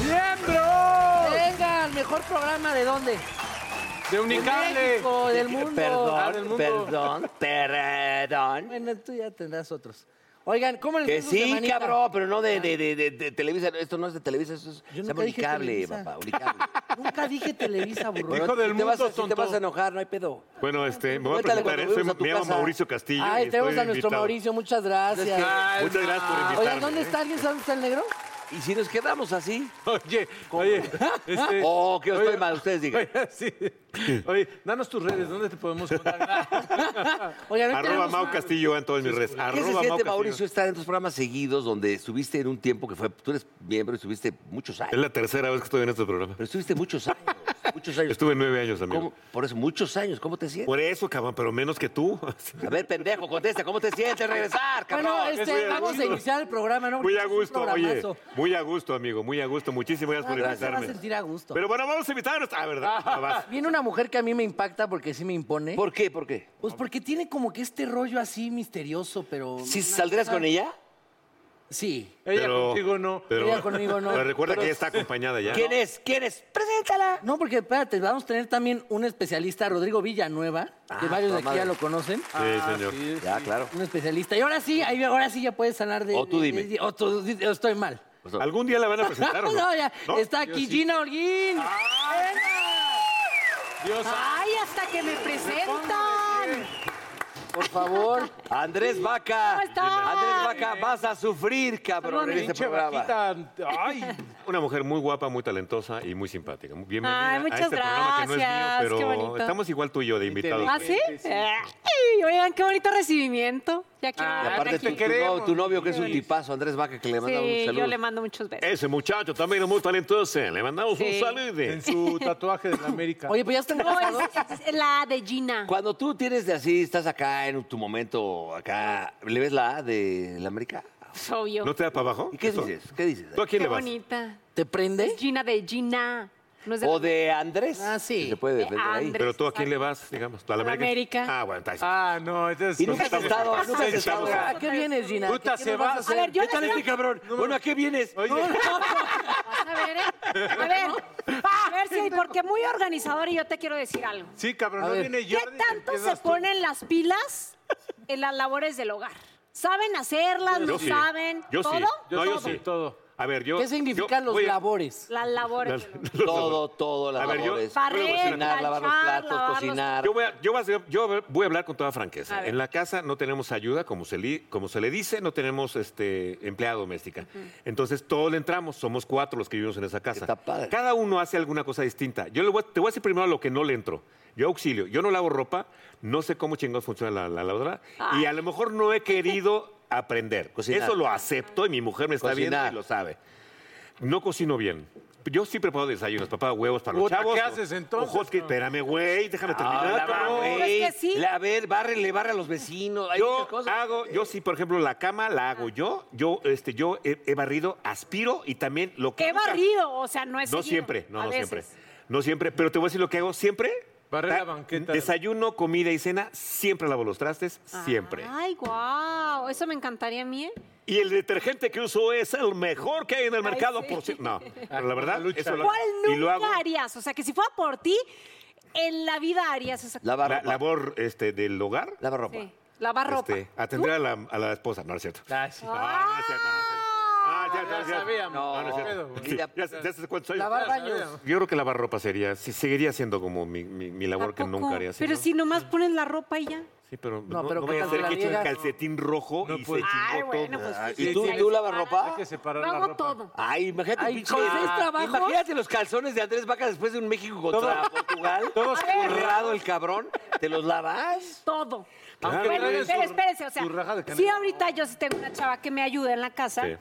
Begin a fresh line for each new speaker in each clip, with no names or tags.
¡Miembro!
Venga, el mejor programa de dónde?
De
De
Unicable.
México, del mundo.
Ah, del
Perdón,
mundo.
perdón, perdón.
Bueno, tú ya tendrás otros. Oigan, ¿cómo les
Que
fue su
sí,
semanita?
cabrón, pero no de, de, de, de- de Televisa. Esto no es de Televisa, esto es
Yo
se
nunca
llama
dije
Unicable,
Televisa.
papá, Unicable.
Nunca dije Televisa, burro.
Hijo del
Si te vas a-
mundo,
si te vas
tonto.
a enojar, no hay pedo.
Bueno, este, me voy a
Cuéntale
presentar.
cuando
¿eh? Soy-
fuimos a tu
me llamo
casa.
Mauricio Castillo.
Ay,
y
tenemos
estoy
a nuestro
invitado.
Mauricio, muchas gracias.
Muchas gracias por invitarme.
Oigan, ¿dónde
¿eh?
está alguien? ¿Dónde está el negro?
Y si nos quedamos así.
Oye, oye. este,
Oh, que yo estoy
oye,
mal, ustedes digan.
Oye, sí. Oye, danos tus redes, ¿dónde te podemos contactar?
Oigan, hoy
Arroba
tenemos
Mau Castillo en todas mis redes.
¿Qué se
Arroba Mau
siente,
Castillo.
Mauricio, estar en tus programas seguidos donde estuviste en un tiempo que fue. Tú eres miembro y estuviste muchos
Es
años.
la tercera vez que estoy en este programa.
Pero estuviste muchos años. Muchos años.
Estuve nueve años, amigo.
¿Cómo? Por eso, muchos años. ¿Cómo te sientes?
Por eso, cabrón, pero menos que tú.
A ver, pendejo, contesta. ¿Cómo te sientes regresar, cabrón?
Bueno,
es muy
este,
a
vamos a
gusto.
iniciar el programa, ¿no?
Muy
Es
a
un
gusto, oye.
programazo.
Muy a gusto, amigo. Muy a gusto. Muchísimas gracias por
Ah, se va a
invitarme.
sentir a gusto.
Pero bueno, vamos a invitarnos. Ah, verdad. No vas.
Viene una mujer que a mí me impacta porque sí me impone.
¿Por qué? ¿Por qué?
Pues porque tiene como que este rollo así misterioso, pero...
¿Si
una
saldrías
cosa-
con ella?
Sí.
Ella contigo no.
Pero,
Ella conmigo no.
pero recuerda
Pero-
que ella está acompañada ya.
¿Quién es? ¿Quién es? ¡Preséntala!
No, porque espérate, vamos a tener también un especialista, Rodrigo Villanueva, que
Ah,
varios de aquí
madre.
ya lo conocen. Ah,
Ah, Sí, señor.
Ya, claro.
Un especialista. Y ahora sí, ahí- ahora sí ya puedes sanar de...
O tú
de-
dime. Pues
de- o tú di- o estoy mal.
¿Algún día la van a presentar o no?
No, ya,
¿No? Ah,
está aquí Gina Holguín.
Dios,
¡Ay, hasta que me presentan!
Por favor.
Andrés Vaca.
¿Cómo están?
Andrés Vaca, vas a sufrir, cabrón, en este
pinche
programa.
vaquita. Ay,
Una mujer muy guapa, muy talentosa y muy simpática. Muy Bienvenida
Ay, muchas
a este programa que no
gracias,
es mío,
qué
pero
bonito.
estamos igual tú y yo de invitados.
¿Ah, sí? Ay, oigan, qué bonito recibimiento. Ya quiero
Ah,
Y
verla
aparte,
aquí.
tu,
te
tu
queremos.
no- tu novio, que es un tipazo, Andrés Vaca, que le manda un
Sí,
saludo.
yo le mando muchos besos.
Ese muchacho también es muy talentoso. ¿eh? Le mandamos un
Sí.
saludo.
en su tatuaje de la América.
Oye, pues ya están
No,
casados.
es, es la de Gina.
Cuando tú tienes de así, estás acá en tu momento, acá, ¿le ves la A de la América?
Soy yo.
¿No te da para abajo?
¿Y qué dices? ¿Qué dices?
¿Tú a quién
Qué
le vas?
bonita.
¿Te prende?
Es Gina de Gina. No es de
¿O de Andrés?
Ah, sí.
Que Se puede defender ahí.
Andrés.
Pero tú a quién le vas, digamos. ¿A
A la América.
Ah, bueno, está ahí.
Ah, no, entonces.
Y nunca has
Estamos-
estado, nunca has
estamos-
estado.
¿A qué vienes, Gina? ¿Qué-
Puta,
qué
se
nos
va.
vas a hacer?
A ver, yo
¿Qué
no
tal
creo-
este cabrón? Bueno, ¿a qué vienes?
Oye,
Vas a ver, ¿eh? A ver, a ver si, porque muy organizador y yo te quiero decir algo.
sí, cabrón,
A
no
ver.
viene
¿Qué
Jordi.
tanto se
empiezas tú.
ponen las pilas en las labores del hogar? ¿Saben hacerlas? ¿No
sí.
saben?
Yo
¿Todo?
sí. No, yo
Todo.
sí.
Todo.
A ver, yo.
¿Qué significan los
labores?
labores?
Las labores. del hogar.
Todo, todo, las
A ver, yo-
labores.
Barrer,
cocinar, lavar los
planchar,
platos,
lavar los-
cocinar.
Yo voy, a, yo, voy a hacer- yo voy a- voy a hablar con toda
A
franqueza.
ver.
En la casa no tenemos ayuda, como se, li- como se le dice, no tenemos este, empleada doméstica. Entonces todos le entramos, somos cuatro los que vivimos en esa casa.
Está padre.
Cada uno hace alguna cosa distinta. Yo le voy a- te voy a decir primero lo que no le entro. Yo auxilio, yo no lavo ropa, no sé cómo chingados funciona la, la lavadora y a lo mejor no he querido aprender.
Cocinar.
Eso lo acepto y mi mujer me está
Cocinar.
viendo y lo sabe. No cocino bien. Yo sí preparo desayunos, papá, huevos para los
Puta,
chavos.
¿qué
o-
haces entonces,
o hot cakes.
no?
Espérame, güey, déjame terminar.
Ah,
cabrón.
güey.
Pero es que sí.
Le- A ver, bárrele, barre a los vecinos. Hay muchas
Yo
cosas.
hago, yo sí, por ejemplo, la cama la hago yo. Yo, este, yo he, he barrido, aspiro y también lo que.
He barrido, o sea, no es
No
seguido,
siempre, no,
a
no
veces.
siempre. No siempre, pero te voy a decir lo que hago siempre.
Barrer la
Ta-
banqueta.
Desayuno, comida y cena, siempre lavo los trastes,
Ah.
siempre.
Ay, guau. Eso me encantaría a mí, ¿eh?
Y el detergente que uso es el mejor que hay en el mercado,
sí.
por si... No, pero la
con
verdad,
la lucha.
eso lo,
¿Cuál
y lo
nunca
hago.
harías? O sea, que si fuera por ti, en la vida harías esa
Lava
La,
ropa.
labor este, del hogar,
Lava ropa.
Sí, lavar ropa.
este, atender a la, a la esposa, no, no es cierto.
Ay, sí.
Ah, No, no es cierto, no es cierto. Ah, ya, no,
Ya
es cierto.
sabíamos.
No, no es cierto.
Pero,
Sí,
Ni la-
ya, sé- ya sé cuántos años.
Lavar
Ya
baños.
sabíamos.
Yo creo que lavar ropa sería, sí, seguiría siendo como mi, mi- mi
¿A
labor que
poco?
nunca haría. sí,
Pero
¿no? Mm.
si nomás pones la ropa y ya.
Sí, pero
No,
no,
pero
no
¿qué
voy a
tal
hacer
que la
que eche un
riegas?
calcetín rojo
No
y se
puede.
Ay,
chingó
bueno,
todo.
pues.
Ah,
sí,
¿Y tú,
sí,
tú
sí,
lavas
para-
ropa?
Hay que separar
Lo
la
hago
ropa.
todo.
Ay, imagínate,
Ay,
pinche.
¿con seis trabajos?
Imagínate los calzones de Andrés Vaca después de un México contra Portugal. Todo borrado el cabrón. ¿Te los lavas?
Todo.
Aunque
bueno,
traigan
espérense,
su-
espérense, o sea,
su raja de
sí
canela.
ahorita yo sí tengo una chava que me ayuda en la casa,
Sí.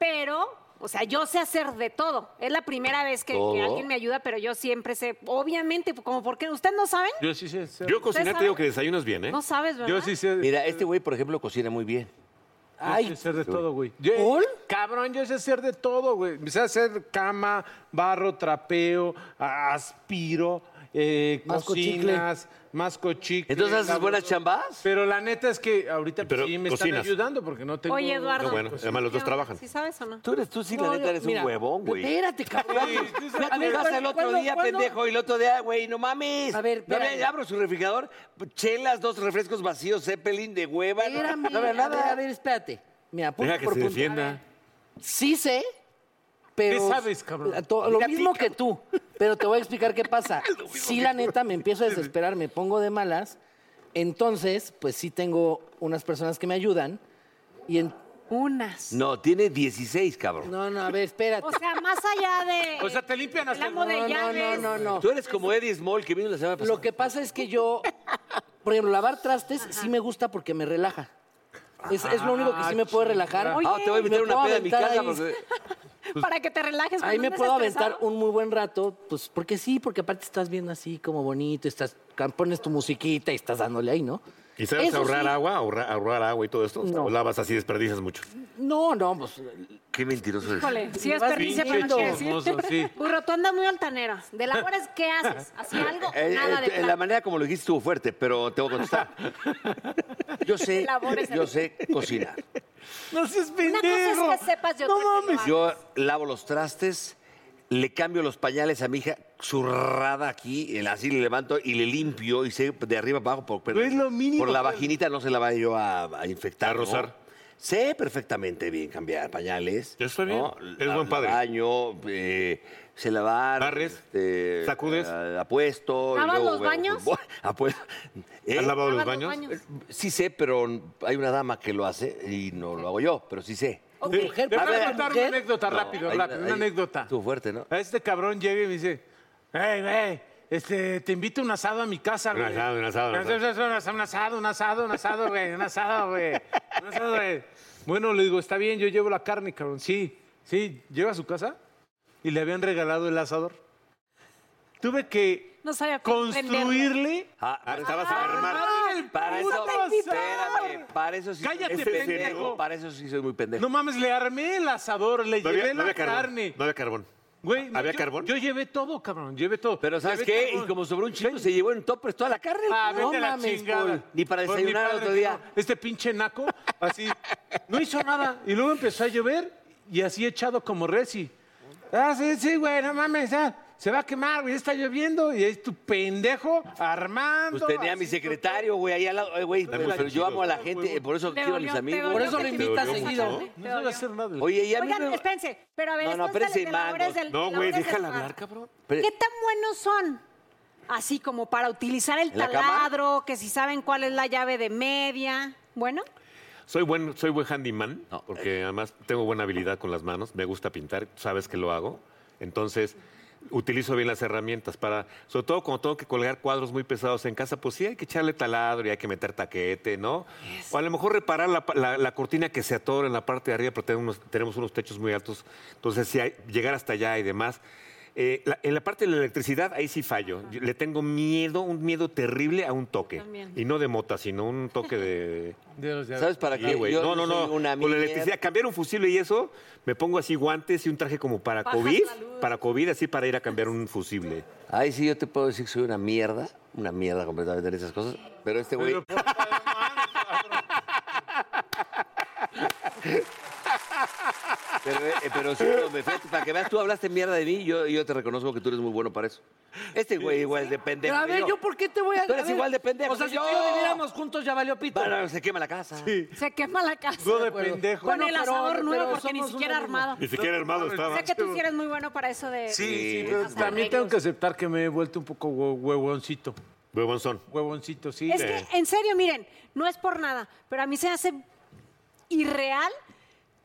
pero, o sea, yo sé hacer de todo. Es la primera vez que, que
Todo.
alguien me ayuda, pero yo siempre sé, obviamente, como porque ustedes no saben,
Yo sí sé. hacer-
Yo cocinar te digo
saben?
que desayunas bien, ¿eh?
no sabes, ¿verdad?
Yo sí sé.
Mira, este güey, por ejemplo, cocina muy bien.
Ay, sé hacer de todo, güey. Yo- eh, Cabrón, yo sé hacer de todo, güey. Sé hacer cama, barro, trapeo, a- aspiro, eh,
Masco
cocinas, masco chicle.
Entonces, ¿haces
lavo-
buenas chambas?
Pero la neta es que ahorita pues,
Pero
sí me
cocinas.
están ayudando porque no tengo...
Oye, Eduardo.
No, bueno, además los dos
¿qué-
trabajan.
¿Sí sabes o no?
Tú eres, tú sí, la
No,
neta, eres
mira,
un huevón, güey.
Espérate, cabrón.
A mi casa el otro día, pendejo, y el otro día, güey, no mames.
A ver,
no,
espérame.
me- abro su refrigerador, chelas, dos refrescos vacíos, Zeppelin de hueva. no-
Espérame,
no veo
a ver,
nada.
a ver, espérate. Mira, punto
Deja que
por
se
punto.
defienda.
Sí sé, pero...
¿Qué sabes, cabrón?
la- to- Lo mismo que tú, pero te voy a explicar qué pasa. Sí, la neta, me empiezo a desesperar, me pongo de malas. Entonces, pues sí tengo unas personas que me ayudan. Y en...
Unas.
No, tiene 16, cabrón.
No, no, a ver, espérate.
O sea, más allá de...
O sea, te limpian hasta
el amo de
no, no, no,
llaves.
no, no.
Tú eres como Eddie Small que vino la semana pasada.
Lo que pasa es que yo, por ejemplo, lavar trastes sí me gusta porque me relaja. Es, es lo único que sí me puede relajar.
Oye,
Ah, te voy a invitar
me
una
puedo
peda en mi
aventar
casa
ahí.
porque...
Pues, Para que te relajes.
Ahí
cuando
me
andes
puedo aventar
estresado.
un muy buen rato, pues porque sí, porque aparte estás viendo así como bonito, estás pones tu musiquita y estás dándole ahí, ¿no?
¿Y sabes
Eso
ahorrar
sí.
agua, ahorrar, ahorrar agua y todo esto?
No.
¿O lavas así, desperdicias mucho?
No, no, pues
Qué mentiroso eres.
Híjole, sí es
Vas
pernicia, pero no
fingiendo.
quiero decirte.
Hermoso,
Eh,
sí.
Burro, tú andas muy altanera. De la hora es ¿qué haces? ¿Hacía algo? o
Eh,
Nada
eh,
de
eh, la
plan.
manera como lo dijiste estuvo fuerte, pero te voy a contestar. Yo sé,
Labores
yo sé cocinar.
No seas
Una
pendejo.
cosa es que sepas y otra
No
que lo
mames.
hagas.
Yo lavo los trastes, le cambio los pañales a mi hija, zurrada aquí, el- así le levanto y le limpio y sé de arriba abajo. Por, pero
No es lo mínimo,
Por la
pues.
vaginita no se la va yo a, a infectar.
A
¿no?
rozar.
Sé perfectamente bien cambiar pañales.
Eso está bien.
¿no?
Eres
La-
buen padre.
la Baño, eh, se lavar.
Barres,
este,
sacudes.
eh, apuesto. y
¿Lavas
luego
los
veo
baños?
fútbol. Apuesto. ¿Eh?
¿Has lavado los
Lavas
baños?
Sí sé, pero hay una dama que lo hace y no lo hago yo, pero sí sé.
Ok.
Te voy
A ver,
a contar una
¿mujer?
anécdota
No,
rápido,
hay
rápido,
una-
una
hay-
anécdota.
Estuvo fuerte, ¿no?
A Este cabrón llega y me dice, hey, güey, este, te invito a un asado a mi casa,
Un
güey.
asado, un asado, un asado.
Un asado, un asado, un asado, un asado, güey, un asado, güey. Un asado, güey. Bueno, le digo, está bien, yo llevo la carne, cabrón. Sí, sí, lleva a su casa y le habían regalado el asador. Tuve que
No sabía cómo prenderlo.
construirle...
Ah,
Ah,
pero-
estabas a armar.
el
Para eso,
puto asador.
espérame, para eso sí
Cállate,
soy muy
pendejo.
Para eso sí soy muy pendejo.
No mames, le armé el asador, le
No
llevé
había, no
la
había carbón.
carne.
No había carbón.
Güey, no,
¿Había
yo-
carbón?
Yo llevé todo, cabrón, llevé todo.
pero ¿sabes
Llevé
qué?
carbón.
Y como sobró un chico, se llevó en toppers toda la carne.
Ah,
No
vete a la
mames,
chingada.
Paul. Ni para
Por mi
desayunar
padre
otro
que
día.
no. Este pinche naco, así, no hizo nada. Y luego empezó a llover y así echado como Resi. Ah, sí, sí, güey, no mames, ah, se va a quemar, güey, está lloviendo. Y es tu pendejo armando.
Pues tenía a mi
así,
secretario, güey, ahí al lado. Oye, güey,
Dame un
pero yo
segundo.
amo a la gente, eh, por eso
Te
quiero a
dolió,
mis
te
amigos.
dolió
Por
que
eso lo
te
invitas
invitaron
seguido.
a sacarme.
No
Te
se va a
dolió.
hacer nada.
Oye, y a mí
Oigan,
me-
espérense, pero a ver,
No, no,
esto es
espérense,
de, de la hora
mangos.
es del-
No,
de la
güey,
hora es del
déjala
pan.
hablar, cabrón.
Pero-
¿Qué tan buenos son? Así como para utilizar el
¿En la cama?
taladro, que si saben cuál es la llave de media. Bueno,
Soy buen, soy buen handyman,
No.
porque además tengo buena habilidad con las manos, me gusta pintar, sabes que lo hago. Entonces, utilizo bien las herramientas para, sobre todo cuando tengo que colgar cuadros muy pesados en casa, pues sí hay que echarle taladro y hay que meter taquete, ¿no? O a lo mejor reparar la, pa- la- la cortina que se atora en la parte de arriba, pero tenemos, tenemos unos techos muy altos, entonces sí hay- llegar hasta allá y demás. Eh, la- en la parte de la electricidad, ahí sí fallo. Yo le tengo miedo, un miedo terrible a un toque.
también.
Y no de mota, sino un toque de.
Dios, ya-
¿Sabes para qué?
Sí, güey.
Yo
No, no,
soy una
no. Con la
mierda.
electricidad, cambiar un fusible y eso, me pongo así guantes y un traje como para
Bajas
COVID.
la luz.
Para COVID, así para ir a cambiar un fusible.
Ahí sí yo te puedo decir que soy una mierda, una mierda completamente en esas cosas, pero este güey...
Pero, por favor, mano,
Pero, eh, pero sí, pero me fíjate, para que veas, tú hablaste mierda de mí, y yo, yo te reconozco que tú eres muy bueno para eso. Este güey igual es de pendejo.
Pero a
que
ver, ¿yo por qué te voy a.?
Tú eres
a ver,
igual de pendejo
O sea,
que
si
yo.
tú y yo viviéramos juntos, ya valió pito.
Bueno, se quema la casa.
Se quema la casa.
Tú de pendejo.
Con el
Bueno, pero-
asador nuevo
pero
porque ni
somos
siquiera
uno mismo.
armado.
Ni siquiera armado estaba.
Sé que tú sí eres muy bueno para eso de...
Sí, sí,
Sí,
pero
hasta
también
arreglos.
tengo que aceptar que me he vuelto un poco hue- huevoncito.
Huevonzón. Eh,
Huevoncito, sí.
Es que, en serio, miren, no es por nada, pero a mí se me hace irreal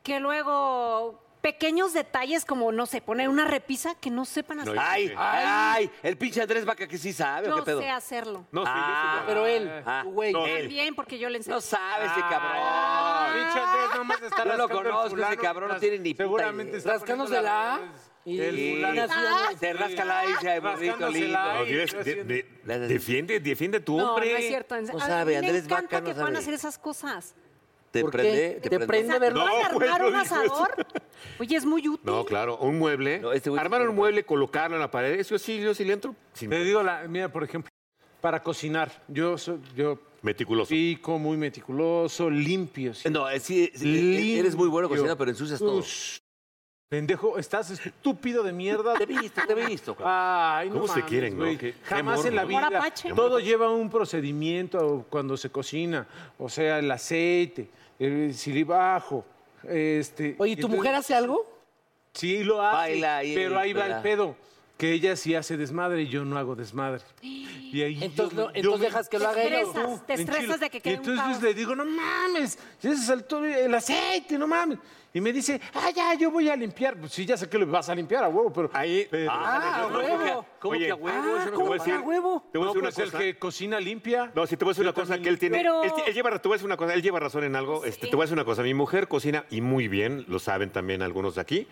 que luego pequeños detalles como, no sé, poner una repisa que no sepan hacer.
Ay, ay, el pinche Andrés Vaca que sí sabe, ¿o
no
qué pedo?
sé hacerlo.
No, sí, yo sí
Ah,
lo-
Pero él,
Ah,
tu güey.
no.
él.
Bien, porque yo le enseñé.
No sabe ese cabrón.
Ah, pinche Andrés, nada más está
Yo lo
rascando el
conozco, ese
fulano,
cabrón no
ras-
tiene ni puta
Seguramente
idea.
está
Rascándose
poniendo
la A y-
El fulano.
Ah,
Te rasca la isla de burrito
Rascándose
lindo.
la-
No,
Ay,
diles-
yo
de-
sí-
de-
La- la-
defiende, defiende tu
No, no
hombre.
es cierto.
No
A- a
sabe,
mí
Andrés
Me encanta
Vaca no
que puedan
sabe.
hacer esas cosas.
Te
¿Por qué?
prende, te
Te
prende.
O
prende.
sea,
verdad.
¿pueden
No, güey,
armar
no
un
digas
asador? Oye, es muy útil.
No, claro, un mueble.
No, este güey-
Armar un mueble, colocarlo en la pared. Eso sí, yo sí le entro. sin-
Te digo, la, mira, por ejemplo, para cocinar, yo soy, yo
Meticuloso.
pico muy meticuloso, limpio. sí.
No, eh, sí, sí, eh, eres muy bueno
Limpio.
cocinando, pero ensucias todo.
Ush. Pendejo, estás estúpido de mierda.
Te he visto, te he visto. cabrón.
Ay, no
¿Cómo se
mames,
quieren, no?
güey.
Qué- qué
Jamás
morbo.
en la
Ahora,
vida.
Pache.
Todo lleva un procedimiento cuando se cocina. O sea, el aceite, el silibajo. Este,
Oye, ¿tu
entonces-
mujer hace algo?
Sí, lo hace.
Baila ahí,
pero ahí va
¿verdad?
el pedo. Que ella sí hace desmadre y yo no hago desmadre. Y ahí
Entonces,
yo
no-
me- yo
entonces
me-
dejas que
Te
lo haga ella. o
estresas,
tú.
te
me enchilo.
estresas de que
Y
quede un
entonces
caos.
le digo, no mames, ya se saltó el aceite, no mames. Y me dice, ah, ya, yo voy a limpiar. Pues sí, ya sé que lo vas a limpiar a huevo, pero...
Ahí.
pero-
Ah,
a huevo.
¿Cómo que a huevo?
Ah,
Eso no se
¿cómo
puede
que a
hacer.
huevo?
Te voy a
No,
decir una
pues el
cosa.
que cocina limpia.
No, si te voy a decir una cosa que él tiene.
Pero-
Él, ti- él lleva, te voy a decir una cosa, él lleva razón en algo. Este, te voy a decir una cosa. Mi mujer cocina y muy bien, lo saben también algunos de aquí.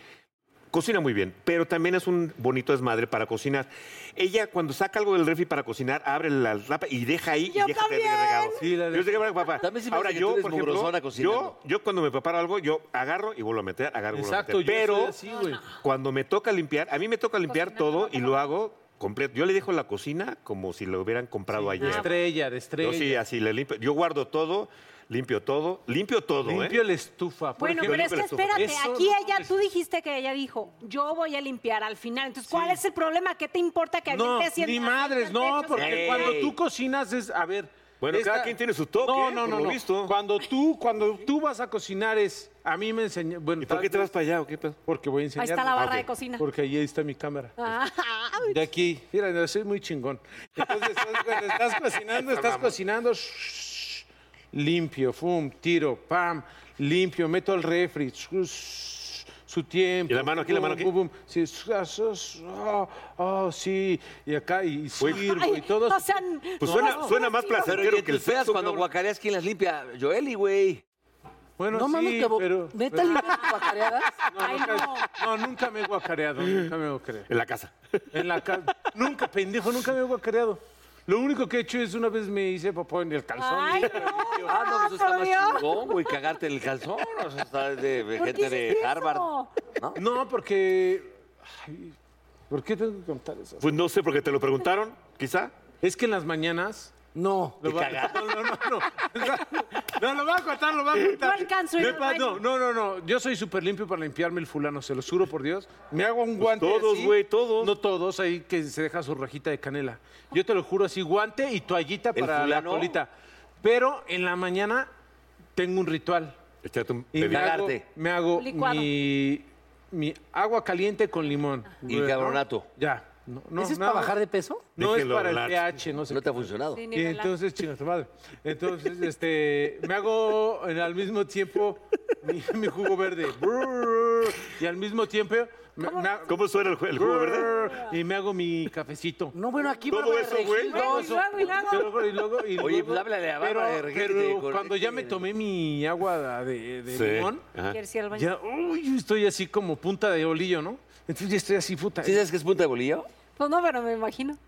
Cocina muy bien, pero también es un bonito desmadre para cocinar. Ella, cuando saca algo del refri para cocinar, abre la tapa y deja ahí
Yo
y deja de
también.
regado.
Sí, la de-
Yo sé que para papá.
También se me
Ahora
hace que
yo,
tú eres
por
mugrosona
ejemplo,
cocinando.
yo, yo cuando me preparo algo, yo agarro y vuelvo a meter, agarro y vuelvo a
Exacto,
meter.
yo soy
Pero
así, güey.
cuando me toca limpiar, a mí me toca limpiar
Cocinar,
todo
no,
y lo hago completo. Yo le dejo la cocina como si lo hubieran comprado
De
ayer.
estrella, de estrella.
Yo sí, así le limpio. Yo guardo todo, limpio todo, limpio todo,
Limpio
¿eh?
la estufa. por
Bueno,
ejemplo.
pero es
limpio
que
la estufa.
espérate,
Eso
aquí
no
ella,
es-
tú dijiste que ella dijo, yo voy a limpiar al final. Entonces, ¿cuál es el problema? ¿Qué te importa que alguien
No,
te sienta?
ni madres, no, porque
Ey.
cuando tú cocinas es, a ver...
Bueno, cada quien tiene su toque, ¿eh?
No, no,
por
no,
lo
no.
visto.
Cuando tú, cuando tú vas a cocinar es, a mí me enseñó, bueno,
¿Y por qué te vas
tal vez-
para allá o qué pedo? Ah,
Porque voy a enseñar.
Ahí está la barra de cocina.
Porque ahí está mi cámara.
Ah,
De aquí. Mira, yo soy muy chingón. Entonces, estás- cuando estás cocinando, estás cocinando. shh, Limpio, fum, tiro, pam, limpio, meto al refri. shh, shh, Su tiempo.
¿Y la mano aquí, la mano aquí?
bum, bum, bum. Sí, shh, ah, shh, ah, ah, sí. Y acá, y sirvo, y
ay,
todos.
no sean-
Pues
no,
suena,
no,
suena
no,
más
sí,
placentero
Pero ¿y en
que el
tus feas
sexo,
cuando
cabrón.
guacareas quién las limpia? Joeli, güey.
Bueno,
No
sí,
mames, que bo-
pero.
¿Neta limpias tus guacareadas?
Ay, no.
nunca, no, nunca me he guacareado, nunca me he guacareado.
En la casa.
En la casa. nunca, pendejo, nunca me he guacareado. Lo único que he hecho es una vez me hice papá en el calzón.
Ay, no.
Ah, no, eso está
¿lo vio?
más chingón, güey, cagarte en el calzón. O sea, está de, de
¿Por qué
gente de
hiciste
Harvard.
eso?
No, porque. ay, ¿Por qué tengo que contar eso?
Pues no sé, porque te lo preguntaron, quizá.
Es que en las mañanas.
No.
Lo va- No, no, no, no. No, lo va a contar, lo va a contar.
No alcanzo a ir
Me
al
pa-
baño.
No, no, no, no. Yo soy súper limpio para limpiarme el fulano, se lo juro por Dios. Me hago un guante.
Pues todos,
así.
güey, todos.
No todos, ahí que se deja su rajita de canela. Yo te lo juro así, guante y toallita para la
fulano?
colita. Pero en la mañana tengo un ritual.
Echate un
Y me
bebida.
hago,
Cagarte.
me hago
Licuado.
mi, mi agua caliente con limón.
Y carbonato.
Ya. No, no,
¿Ese es
nada.
para bajar de peso?
No es
Déjenlo
para el
hablar.
pH, no sé.
No te
qué.
ha funcionado.
Sí, ni
Y
relajo.
entonces, chinga tu madre. Entonces, este, me hago en- al mismo tiempo mi, mi jugo verde. Brrr. y al mismo tiempo. me- me hago-
¿Cómo suena el, jue- el jugo verde?
brrr, Y me hago mi cafecito.
No, bueno, aquí
Todo
Bárbara
eso, güey.
Regil,
Luego,
no,
y luego, y luego.
Y luego, y luego, y
Oye,
luego-
pues háblale a
pero,
Bárbara de Regil que
pero
te-
cuando ya me tomé mi agua de, de
Sí.
limón,
Ajá.
¿Quieres ir al baño?
ya, uy, estoy así como punta de bolillo, ¿no? Entonces ya estoy así, puta.
¿Sí sabes qué es punta de bolillo?
Pues no, pero me imagino.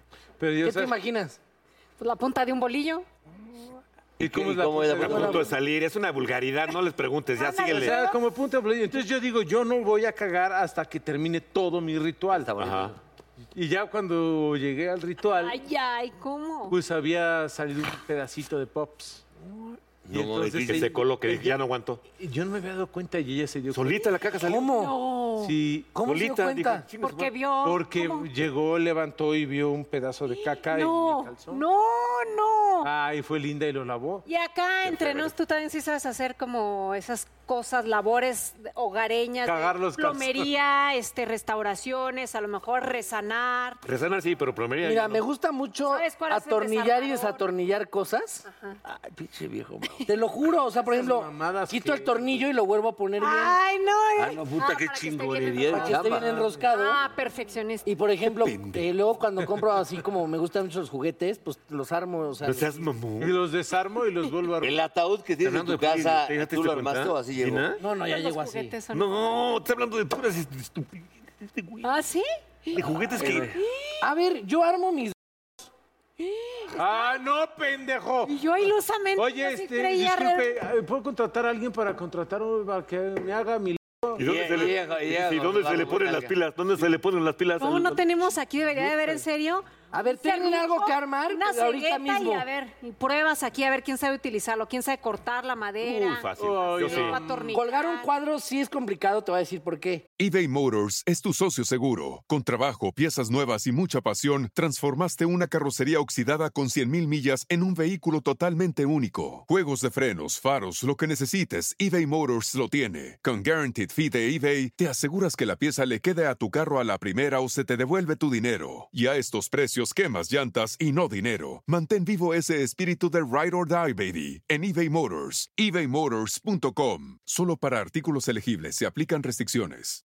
Pero ya
¿Qué te
sabes-
imaginas?
Pues la punta de un bolillo.
¿Y cómo
¿Y
es la
cómo es la punta?
punta de
A
bolillo?
punto de salir, es una vulgaridad, no les preguntes, ya
O
síguele.
sea, como punta de bolillo. Entonces yo digo, yo no voy a cagar hasta que termine todo mi ritual.
Está bonito.
Ajá.
Y ya cuando llegué al ritual,
Ay, ay, ¿cómo?
pues había salido un pedacito de pops.
No, no, de
Que se coloque, ya no aguantó.
Y Yo no me había dado cuenta y ella se dio
Solita la caca salió.
¿Cómo?
cuenta. Sí,
¿Cómo se dio
Solita, dijo,
cuenta?
"Chinga su
Porque
madre".
vio.
porque
¿cómo?
llegó, levantó y vio un pedazo de caca en mi
No,
calzón.
no, no.
Ah, y fue linda y lo lavó.
Y acá entre nos, tú también sí sabes hacer como esas cosas, labores hogareñas, de
Cagar los calzones.
plomería, este, restauraciones, a lo mejor resanar.
Resanar sí, pero plomería.
Mira,
ya no.
me gusta mucho
¿Sabes cuál es el
atornillar y
desarmador?
desatornillar cosas.
Ay, pinche viejo. mamá.
Te lo juro, o sea, por ejemplo,
mamadas
quito
que-
el tornillo y lo vuelvo a poner bien.
Ay, no.
Ah,
eh.
no, puta, qué
para que esté bien
chingonería de
para que esté bien
chamba.
enroscado.
Ah, perfeccionista.
Y por ejemplo, eh, luego cuando compro así como me gustan mucho los juguetes, pues los armo, o sea,
No seas
Y
mamón.
los desarmo y los vuelvo a
El ataúd que tienes en tu
Fernando de Pili,
casa,
¿te diste
¿tú lo
cuenta?
armaste o así llegó?
¿Tina?
no, no, ya
Los
llegó así.
juguetes son-
No, está hablando de puras estupideces.
¿Ah, sí?
De juguetes que.
Eh, A ver, yo armo mis
¡Ah, no, pendejo!
Y yo ilusamente
Oye,
yo sí
este,
creía re-
disculpe, ¿puedo contratar a alguien para contratar un, para que me haga mi...
¿Y dónde
Y-
se
y
le,
llega- y llega
sí,
con
¿dónde
su
se le
barba
ponen
larga.
las pilas? ¿Dónde se le ponen las pilas?
¿Cómo
al-
no tenemos aquí? Debería de haber en serio.
A ver,
un
tienen algo que
serrucho,
armar,
una
pero ahorita
cegueta
mismo.
Y a ver, y pruebas aquí, a ver quién sabe utilizarlo, quién sabe cortar la madera.
Uy, fácil.
Ay,
Yo
no.
sí.
cómo atornillar.
colgar un cuadro sí es complicado, te voy a decir por qué.
eBay Motors es tu socio seguro. Con trabajo, piezas nuevas y mucha pasión, transformaste una carrocería oxidada con 100.000 millas en un vehículo totalmente único. Juegos de frenos, faros, lo que necesites, eBay Motors lo tiene. Con Guaranteed Fee de eBay, te aseguras que la pieza le quede a tu carro a la primera o se te devuelve tu dinero. Y a estos precios, quemas llantas y no dinero. Mantén vivo ese espíritu de Ride or Die, baby, en eBay Motors. ebaymotors.com. Solo para artículos elegibles se aplican restricciones.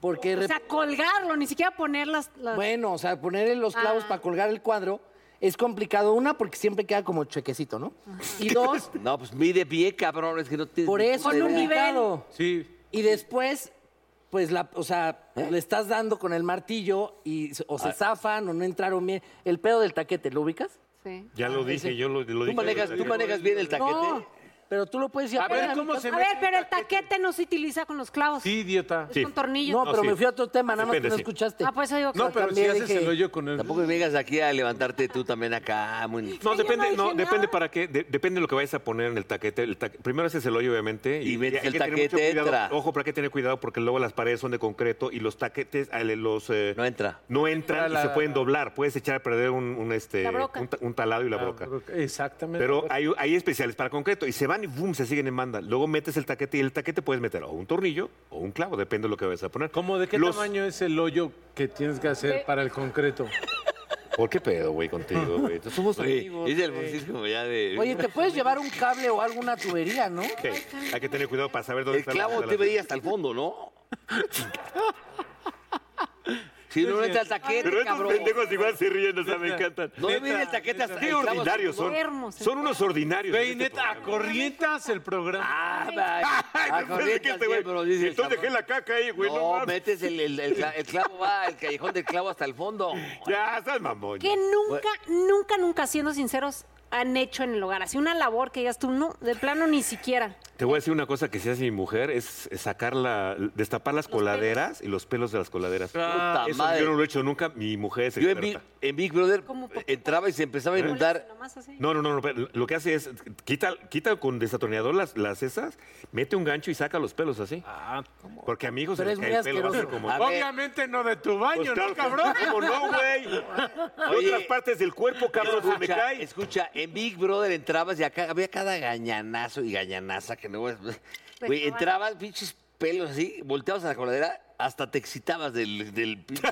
Porque
O sea, colgarlo, ni siquiera poner las. las-
Bueno, o sea, ponerle los clavos
Ah.
para colgar el cuadro es complicado. Una, porque siempre queda como chequecito, ¿no? Y dos,
No, pues mide pie, cabrón, es que no tienes.
por eso
Con
es
un nivel.
complicado.
Sí,
Y después, pues, la, o sea, le estás dando con el martillo y se- o se zafan o no entraron bien. El pedo del taquete, ¿lo ubicas?
Sí.
Ya lo dije, yo lo, lo dije.
Ah, ¿Tú manejas, tú manejas bien el taquete?
No, pero tú lo puedes ir
A ver,
"Espérame,
¿cómo
entonces-
A
se
ver, pero el taquete no se utiliza con los clavos.
sí, idiota.
Es
Sí.
con tornillos.
No,
No,
pero
sí.
me fui a otro tema, nada más que
Depende,
no
sí.
escuchaste.
Ah, pues eso digo que-
No, pero si
También
haces
dije-
el hoyo con el...
Tampoco vengas aquí a levantarte tú también acá, muy.
No, depende,
yo no
no,
dije
depende
nada.
para qué, de- depende de lo que vayas a poner en el taquete. El taque- primero haces el hoyo, obviamente.
Y metes
hay
el
que tener
taquete,
mucho cuidado.
entra.
Ojo, pero hay que tener cuidado porque luego las paredes son de concreto y los taquetes, eh, los... eh,
No entra.
No entran y se pueden doblar. Puedes echar a perder un, un, este,
La broca.
un, ta- un talado y la broca.
Exactamente.
Pero hay, hay especiales para concreto y se van y boom, se siguen en banda. Luego metes el taquete y el taquete puedes meter o un tornillo o un clavo, depende de lo que vayas a poner.
¿Cómo de qué
Los-
tamaño es el hoyo que tienes que
Eh,
hacer para el concreto?
¿Por qué pedo, güey, contigo, güey? Entonces, Somos
Oye,
amigos.
es el Francisco ya de.
Oye, te puedes llevar un cable o alguna tubería, ¿no?
Sí, Hay que tener cuidado para saber
el
dónde está la-
clavo
la-
te veía hasta el fondo, ¿no? Si no, no entra el taquete,
Pero estos
cabrón.
pendejos igual se ríen, o sea, me encantan.
No mide el taquete hasta
Qué
el clavo.
ordinarios son.
enfermos,
Son unos ordinarios.
Güey,
en este
neta,
programa.
corrientas el programa.
Ah, va.
Ay,
Ah,
no sé de qué
corrientas
te, güey.
bien, pero dice el
Entonces dejé
cabrón.
la caca ahí, güey. No,
No,
mames.
metes el, el- el cla- el clavo, va, el callejón del clavo hasta el fondo. Pues
Ya, estás mamón.
Que nunca, nunca, nunca, siendo sinceros, han hecho en el hogar? Así una labor que digas tú, no, de plano ni siquiera.
Te voy a decir una cosa que si hace mi mujer es sacar la, destapar las coladeras y los pelos de las coladeras.
Puta
Eso
madre.
yo no lo he hecho nunca, mi mujer es
Yo en
experta. ¿Eh?
Big, en Big Brother
Como poco.
entraba y se empezaba a inundar.
Nomás así.
No, no, no, no, pero lo que hace es quita, quita con desatornillador las, las esas, mete un gancho y saca los pelos así.
Ah.
Porque amigos, se le
Pero es
cae
muy
el pelo, va a ser
asqueroso.
como-
A ver.
Obviamente no de tu baño,
Pues claro
¿no,
que-
cabrón?
¿Cómo no, güey? Hay
Oye.
otras partes del cuerpo, cabrón, se me
Escucha,
cae.
escucha, en Big Brother entrabas y acá había cada gañanazo y gañanaza que no. Güey, entrabas, pinches pelos así, volteabas a la coladera, hasta te excitabas del, del pinche.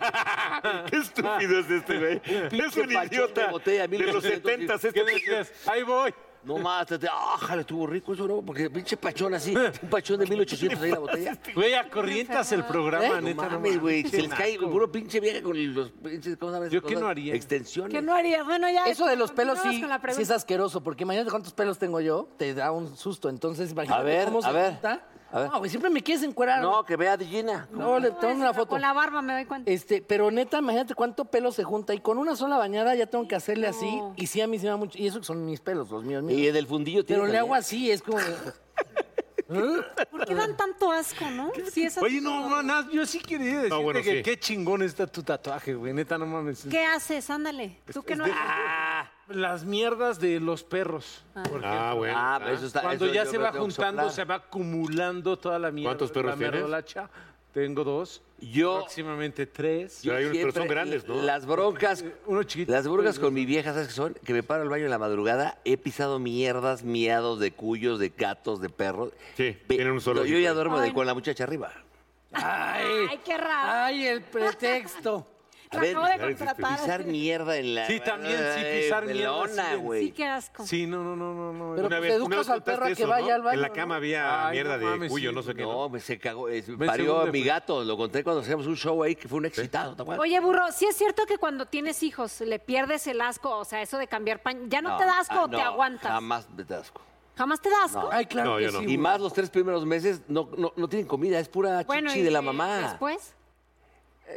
Qué estúpido es este, güey. Es
pinche
un
panchón
idiota.
de botella,
de los
1800,
70 este
¿Qué dices? Ahí voy.
No más, te, te- ah, jale, estuvo rico eso, ¿no? Porque pinche pachón así, un pachón de 1800 ahí en la botella.
Este Güey, acorrientas el programa,
¿Eh?
neta.
no mames, güey, se les
Naco.
cae puro pinche vieja con los pinches, ¿cómo sabes?
¿Yo qué no haría?
Extensiones.
Que no harías. Bueno, ya.
Eso de los pelos sí,
continuamos con la
sí es
pregunta.
asqueroso, porque imagínate cuántos pelos tengo yo, te da un susto. Entonces, imagínate
A ver,
cómo se
a ver,
junta.
a ver.
No, güey, siempre me quieres encuerar.
No, que vea a Gina.
no le
No,
tomo
es
una foto.
Con la barba me doy cuenta.
Este, pero neta, imagínate cuánto pelo se junta y con una sola bañada ya tengo que hacerle así y sí a mí se me va mucho y eso que son mis pelos, los míos. míos.
Y en el fundillo tiene.
Pero le
también.
hago así, es como
¿Por qué dan tanto asco, no? Sí, es
Oye,
asqueroso.
no, manas, yo sí quería decirte
bueno,
que
sí.
qué chingón está tu tatuaje, güey. Neta, no mames.
¿Qué haces? Ándale. Tú que no
de-
haces.
Las mierdas de los perros. por
Ah,
ejemplo.
bueno.
Ah, pero eso está.
Cuando
eso
ya
yo
se
lo
va
tengo que
juntando,
soplar.
se va acumulando toda la mierda.
¿Cuántos perros
la
tienes?
merdolacha. Tengo dos.
Yo-
Próximamente tres.
Yo- Pero hay unos- pero son
siempre-
grandes, ¿no?
Las broncas.
Uno chiquito.
Las
pues,
burgas con mi vieja, ¿sabes qué son? Que me paro al baño en la madrugada, he pisado mierdas, miados de cuyos, de gatos, de perros.
Sí,
Ve-
tienen un solo
Yo
hocico
ya
ahí.
duermo de-
Ay.
con la muchacha arriba.
Ay, qué raro.
ay, el pretexto.
A
Lo
ver,
acabo de
claro, existe.
contratar.
pisar mierda en la.
Sí, también, sí, pisar
en
mierda,
lona,
sí.
güey.
Sí, qué asco.
Sí, no, no, no, no. no.
Pero
Una
pues,
vez,
educas
una vez
al perro
contaste
a que
eso,
vaya
¿no?
al baño,
En la
¿no?
cama había
Ay,
mierda
no mames,
de cuyo,
sí.
no sé qué.
No, me se cagó. es-
Ven,
parió
segundo,
a mi
pues.
gato, lo conté cuando hacíamos un show ahí que fue un excitado, ¿te acuerdas?
Oye, burro, ¿sí es cierto que cuando tienes hijos le pierdes el asco? O sea, eso de cambiar pañal. ¿Ya no, te da asco
ah,
o te
no,
aguantas?
Jamás me da asco.
¿Jamás te da asco?
Ay, claro
No,
que
yo no.
sí.
Y
güey.
más los tres primeros meses no, no, no tienen comida, es pura chichi
¿y
de la mamá.
Después.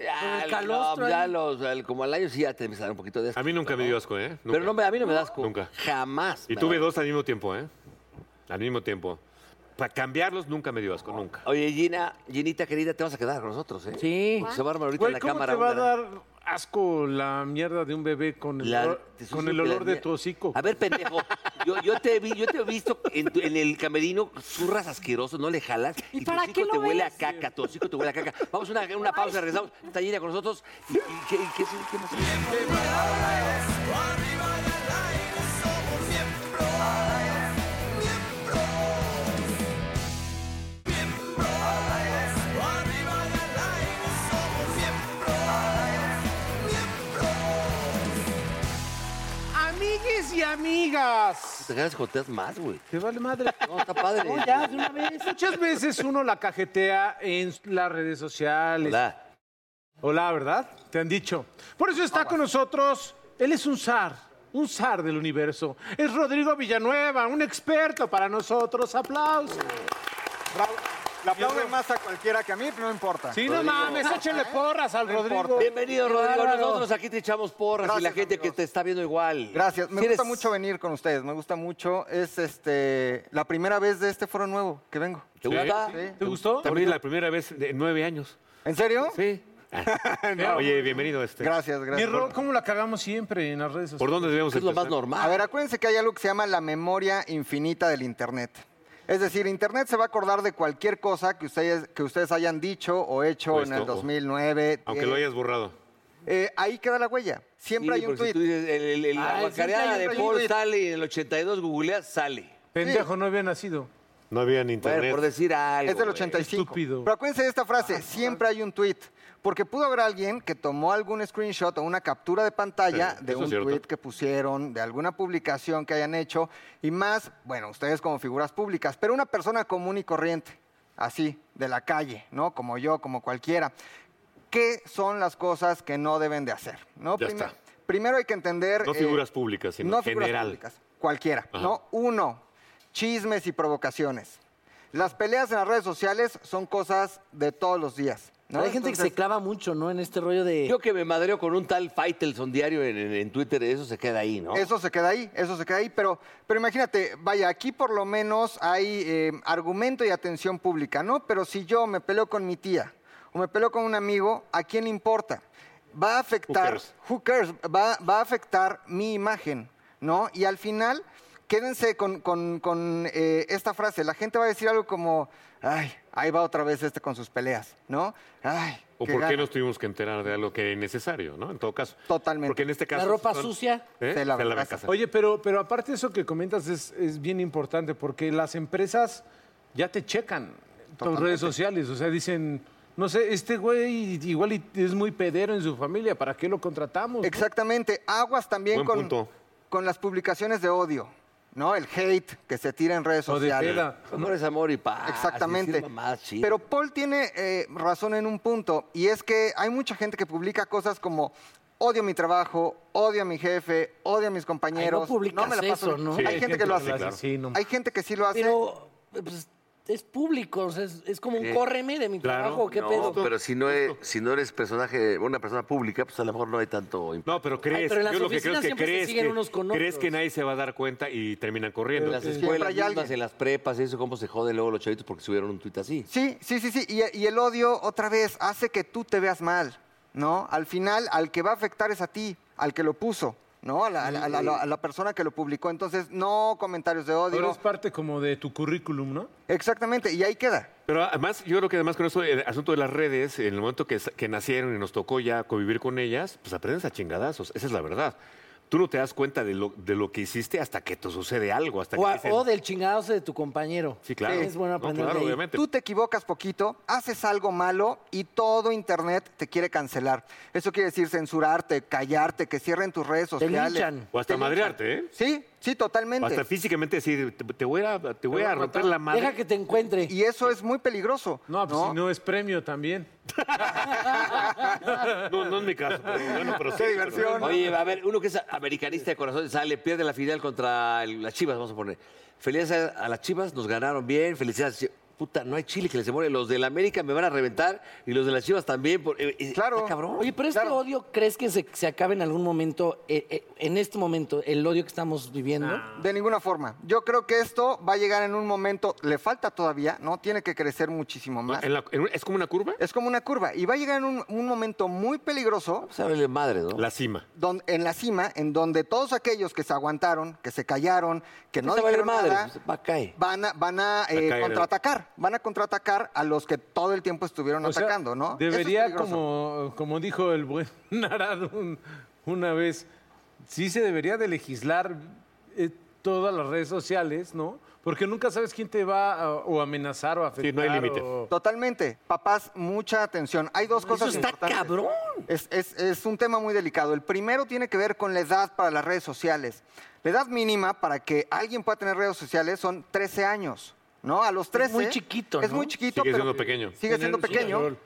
Ah,
Con el
no,
calostro
ya
ahí.
los, al- como al año sí ya te empezaron un poquito de asco.
A mí nunca me dio asco, ¿eh?
Pero no me- a mí no me das
Nunca.
Jamás.
Y
me
tuve
da
dos al mismo tiempo, ¿eh? Al mismo tiempo. Para cambiarlos nunca me dio asco, nunca.
asco. Oye, Gina, Ginita querida, te vas a quedar con nosotros, ¿eh?
Sí.
Se va a armar ahorita
Güey,
la
¿cómo
cámara.
te va a
húngara.
dar asco la mierda de un bebé con el,
La-
olor-
te sucio
con el
que
olor
la
de
mier-
tu hocico?
A ver, pendejo, yo, yo te, vi, yo te he visto en, tu- en el camerino, zurras asqueroso, no le jalas.
¿Y
tu
para
hocico
qué lo
te huele a
ves?
caca, tu hocico te huele a caca. Vamos a una, una pausa, regresamos. Está Gina con nosotros. ¿Y, y qué, y qué- qué más?
Amigues y amigas.
Te ganas joteas más, güey.
Te vale madre.
No, está padre.
No, ya, de una vez.
Muchas veces uno la cajetea en las redes sociales.
Hola.
Hola, ¿verdad? Te han dicho. Por eso está con nosotros. Él es un zar, un zar del universo. Es Rodrigo Villanueva, un experto para nosotros. Aplausos.
Bravo. Le aplauden más a cualquiera que a mí, pero no importa.
Sí, no mames, échenle porras al Rodrigo.
Bienvenido, Rodrigo. Nosotros aquí te echamos porras y la
Gracias,
gente que
amigos.
te está viendo igual.
Gracias. Me
Si eres-
gusta mucho venir con ustedes, me gusta mucho. Es este la primera vez de este foro nuevo que vengo.
¿Te gusta?
Sí.
¿Te gustó?
También la primera vez de nueve años.
¿En serio?
Sí. Oye, bienvenido este.
Gracias,
Mi
gracias.
Ro, ¿cómo la cagamos siempre en las redes
¿Por
sociales?
dónde debemos
¿Qué es lo más
empezar?
A
normal.
ver, acuérdense que hay algo que se llama la memoria infinita del Internet. Es decir, Internet se va a acordar de cualquier cosa que ustedes, que ustedes hayan dicho o hecho
O
en el
esto, o-
2009.
Pues Aunque
10.
lo hayas borrado.
Eh, ahí queda la huella. Siempre
Sí,
hay un
porque si
tweet.
tú dices, el- el- el- la
Ay,
guacareada
siempre hay
de
un
Paul
tweet.
sale en el 82, googleas, sale.
Pendejo, no había nacido.
No había ni
Bueno,
internet.
por decir algo.
Es del
güey.
85.
Estúpido.
Pero acuérdense de esta frase, siempre hay un tweet. Porque pudo haber alguien que tomó algún screenshot o una captura de pantalla
Sí,
de
eso es
un
cierto.
tweet que pusieron, de alguna publicación que hayan hecho, y más, bueno, ustedes como figuras públicas, pero una persona común y corriente, así, de la calle, ¿no? Como yo, como cualquiera. ¿Qué son las cosas que no deben de hacer? ¿no?
Ya
Prime-
está.
Primero hay que entender... eh,
No figuras públicas, sino
no figuras
general.
públicas, cualquiera,
Ajá.
¿no? Uno, chismes y provocaciones. Las peleas en las redes sociales son cosas de todos los días. ¿no?
Hay gente que se
Entonces,
clava mucho, ¿no? En este rollo de.
Yo que me madreo con un tal Faitelson diario en, en- en Twitter, eso se queda ahí, ¿no?
Eso se queda ahí, eso se queda ahí, pero, pero imagínate, vaya, aquí por lo menos hay eh, argumento y atención pública, ¿no? Pero si yo me peleo con mi tía o me peleo con un amigo, ¿a quién le importa? Va a afectar,
cares?
who cares? Va, va a afectar mi imagen, ¿no? Y al final, quédense con, con- con, eh, esta frase, la gente va a decir algo como, ay, ahí va otra vez este con sus peleas, ¿no? Ay,
¿O
qué
por qué
gana".
nos tuvimos que enterar de algo que es necesario, no? En todo caso.
Totalmente.
Porque en este caso...
La ropa
son-
sucia.
¿Eh?
Se lava en
lava en
casa.
casa.
Oye, pero, pero aparte eso que comentas es, es bien importante porque las empresas ya te checan tus redes sociales. O sea, dicen, no sé, este güey igual y es muy pedero en su familia, ¿para qué lo contratamos? no?
Exactamente. Aguas también
Buen
con,
punto.
con las publicaciones de odio, ¿no? El hate que se tira en redes
O de
sociales.
peda.
Amor es amor y paz.
Exactamente.
decir mamadas chidas.
Pero Paul tiene eh, razón en un punto, y es que hay mucha gente que publica cosas como odio mi trabajo, odio a mi jefe, odio a mis compañeros.
Ay, no publicas
me la paso
eso,
bien".
¿no?
Sí,
hay gente que lo hace.
hace, claro.
Sí, no.
Hay gente que sí lo hace.
Pero pues, es público, o sea, es, es como un
¿Qué?
córreme de mi
Claro,
trabajo, ¿qué
no,
pedo?
pero si no, es- si no eres personaje, una persona pública, pues a lo mejor no hay tanto impacto.
No, pero crees.
Ay, pero en las
yo lo que creo es
oficinas
que
siempre se
crees
siguen
que,
unos con
crees
otros.
que nadie se va a dar cuenta y terminan corriendo.
En las
siempre
escuelas,
hay
mismas,
alguien.
en las prepas, eso cómo se joden luego los chavitos porque subieron un tuit así.
Sí, sí, sí, sí. Y, y el odio, otra vez, hace que tú te veas mal, ¿no? Al final, al que va a afectar es a ti, al que lo puso, ¿no? A la, a la- a la- a la- a la persona que lo publicó. Entonces, no comentarios de
Ahora
odio.
es parte como de tu currículum, ¿no?
Exactamente, y ahí queda.
Pero además, yo creo que además con eso, el asunto de las redes, en el momento que, sa- que nacieron y nos tocó ya convivir con ellas, pues aprendes a chingadazos. Esa es la verdad. Tú no te das cuenta de lo, de lo que hiciste hasta que te sucede algo, hasta
O,
que
a-
te dicen-
o del chingadazo de tu compañero.
Sí, claro.
Es bueno
No,
aprender
claro,
de ahí.
obviamente.
Tú te equivocas poquito, haces algo malo y todo Internet te quiere cancelar. Eso quiere decir censurarte, callarte, que cierren tus redes
Te
sociales.
linchan.
O hasta
Te linchan.
madrearte, ¿eh?
Sí,
O
sí,
hasta
totalmente.
físicamente decir, te, te voy a, te voy a romper la madre.
Deja que te encuentre.
Y eso es muy peligroso.
No, pues si no es premio también.
No, no es mi caso. Pero bueno, pero sí,
diversión.
pero-
Oye, a ver, uno que es americanista de corazón sale, pierde la final contra el- las Chivas, vamos a poner. Felicidades a, a las Chivas, nos ganaron bien, felicidades. Chi- Puta, no hay Chile que les demore. Los del América me van a reventar y los de las Chivas también. por- eh, eh,
Claro.
está cabrón.
Oye, pero este
Claro.
odio, ¿crees que se, se acabe en algún momento, eh, eh, en este momento, el odio que estamos viviendo?
Ah.
De ninguna forma. Yo creo que esto va a llegar en un momento, le falta todavía, ¿no? Tiene que crecer muchísimo más.
En la- en un- ¿Es como una curva?
Es como una curva y va a llegar en un, un momento muy peligroso
Pues háblele madre, ¿no?
La cima.
don- en la cima, en donde todos aquellos que se aguantaron, que se callaron, que no
se va a valer
dijeron
madre,
nada,
pues, va a caer.
van a, van a, eh,
caer.
contraatacar, van a contraatacar a los que todo el tiempo estuvieron
O sea,
atacando, ¿no? Eso es
Debería,
peligroso.
como, como dijo el buen Narado un- una vez, sí se debería de legislar eh, todas las redes sociales, ¿no? Porque nunca sabes quién te va a, o amenazar o afectar.
Sí, no hay límite.
o-
Totalmente. Papás, mucha atención. Hay dos cosas
Eso está
importantes.
cabrón.
Es, es- es un tema muy delicado. El primero tiene que ver con la edad para las redes sociales. La edad mínima para que alguien pueda tener redes sociales son 13 años, ¿no? A los 13.
muy chiquito,
Es
¿no?
muy chiquito.
Sigue
pero
siendo pequeño.
Sigue siendo pequeño.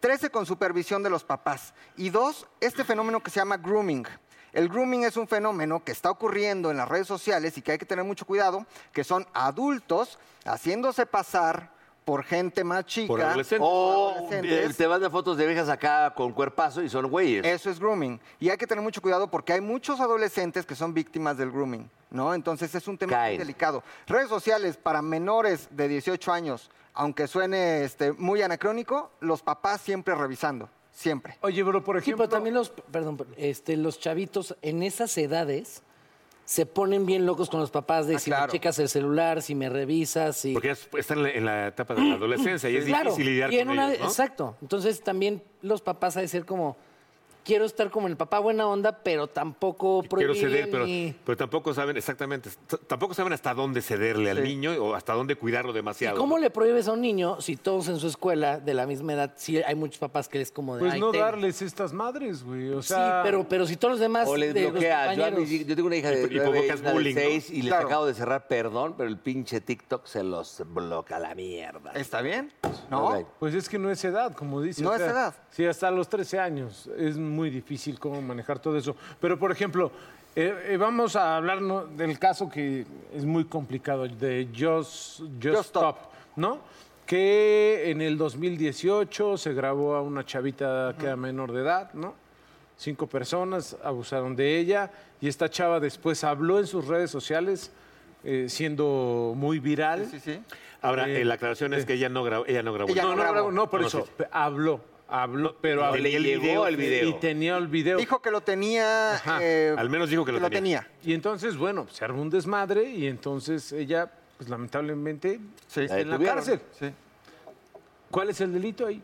13 con supervisión de los papás. Y dos, este fenómeno que se llama grooming. El grooming es un fenómeno que está ocurriendo en las redes sociales y que hay que tener mucho cuidado, que son adultos haciéndose pasar por gente más chica.
Por adolescente.
O
adolescentes.
eh, te mandan fotos de viejas acá con cuerpazo y son güeyes.
Eso es grooming. Y hay que tener mucho cuidado porque hay muchos adolescentes que son víctimas del grooming, ¿no? Entonces es un tema muy
Caen.
delicado. Redes sociales para menores de 18 años, aunque suene este, muy anacrónico, los papás siempre revisando, siempre.
Oye, pero por
Sí,
ejemplo...
pero también los, perdón, este, los chavitos en esas edades se ponen bien locos con los papás de
Ah,
si
claro.
me checas el celular, si me revisas, si...
Porque ya están en la, en la etapa de la adolescencia y es
Mm, Claro,
difícil lidiar
y en
con
una-
ellos, ¿no?
Exacto. Entonces también los papás ha de ser como, quiero estar como el papá buena onda, pero tampoco
Quiero
prohibirle
ceder, pero,
ni-
pero tampoco saben exactamente, t- tampoco saben hasta dónde cederle al niño o hasta dónde cuidarlo
¿Y
demasiado.
cómo le prohíbes a un niño si todos en su escuela de la misma edad, sí hay muchos papás que es como de...
Pues
"Ay,
no
ten".
darles estas madres, güey. O
Sí,
sea,
pero, pero si todos los demás...
O les
de los
bloqueas. Yo, a mi-
compañeros-
yo tengo una hija
Y-
de
y
nueve,
provocas
una de
bullying, ¿no?
seis, y les
Claro.
acabo de cerrar, perdón, pero el pinche TikTok se los bloca la mierda.
¿Está bien? ¿No?
Ok.
Pues es que no es edad, como dices.
No es edad.
Sí, hasta los 13 años es muy difícil cómo manejar todo eso. Pero, por ejemplo, eh, eh, vamos a hablar ¿no? del caso que es muy complicado, de Just, Just
Just Stop.
Stop, ¿no? que en el 2018 se grabó a una chavita que era menor de edad, ¿no? Cinco personas abusaron de ella y esta chava después habló en sus redes sociales eh, siendo muy viral.
Sí, sí.
Ahora,
Eh,
eh, la aclaración es que ella no grabó. Ella no grabó.
Ella
el-
No, no,
grabó.
no, no, por
No,
eso
sí.
pe- habló, habló, pero habló.
Le llegó el video.
Y tenía el video.
Dijo que lo tenía.
Ajá,
eh,
al menos dijo que lo tenía.
Y entonces, bueno, se armó un desmadre y entonces ella, pues lamentablemente,
Sí.
está en la
detuvieron.
cárcel.
Sí.
¿Cuál es el delito ahí?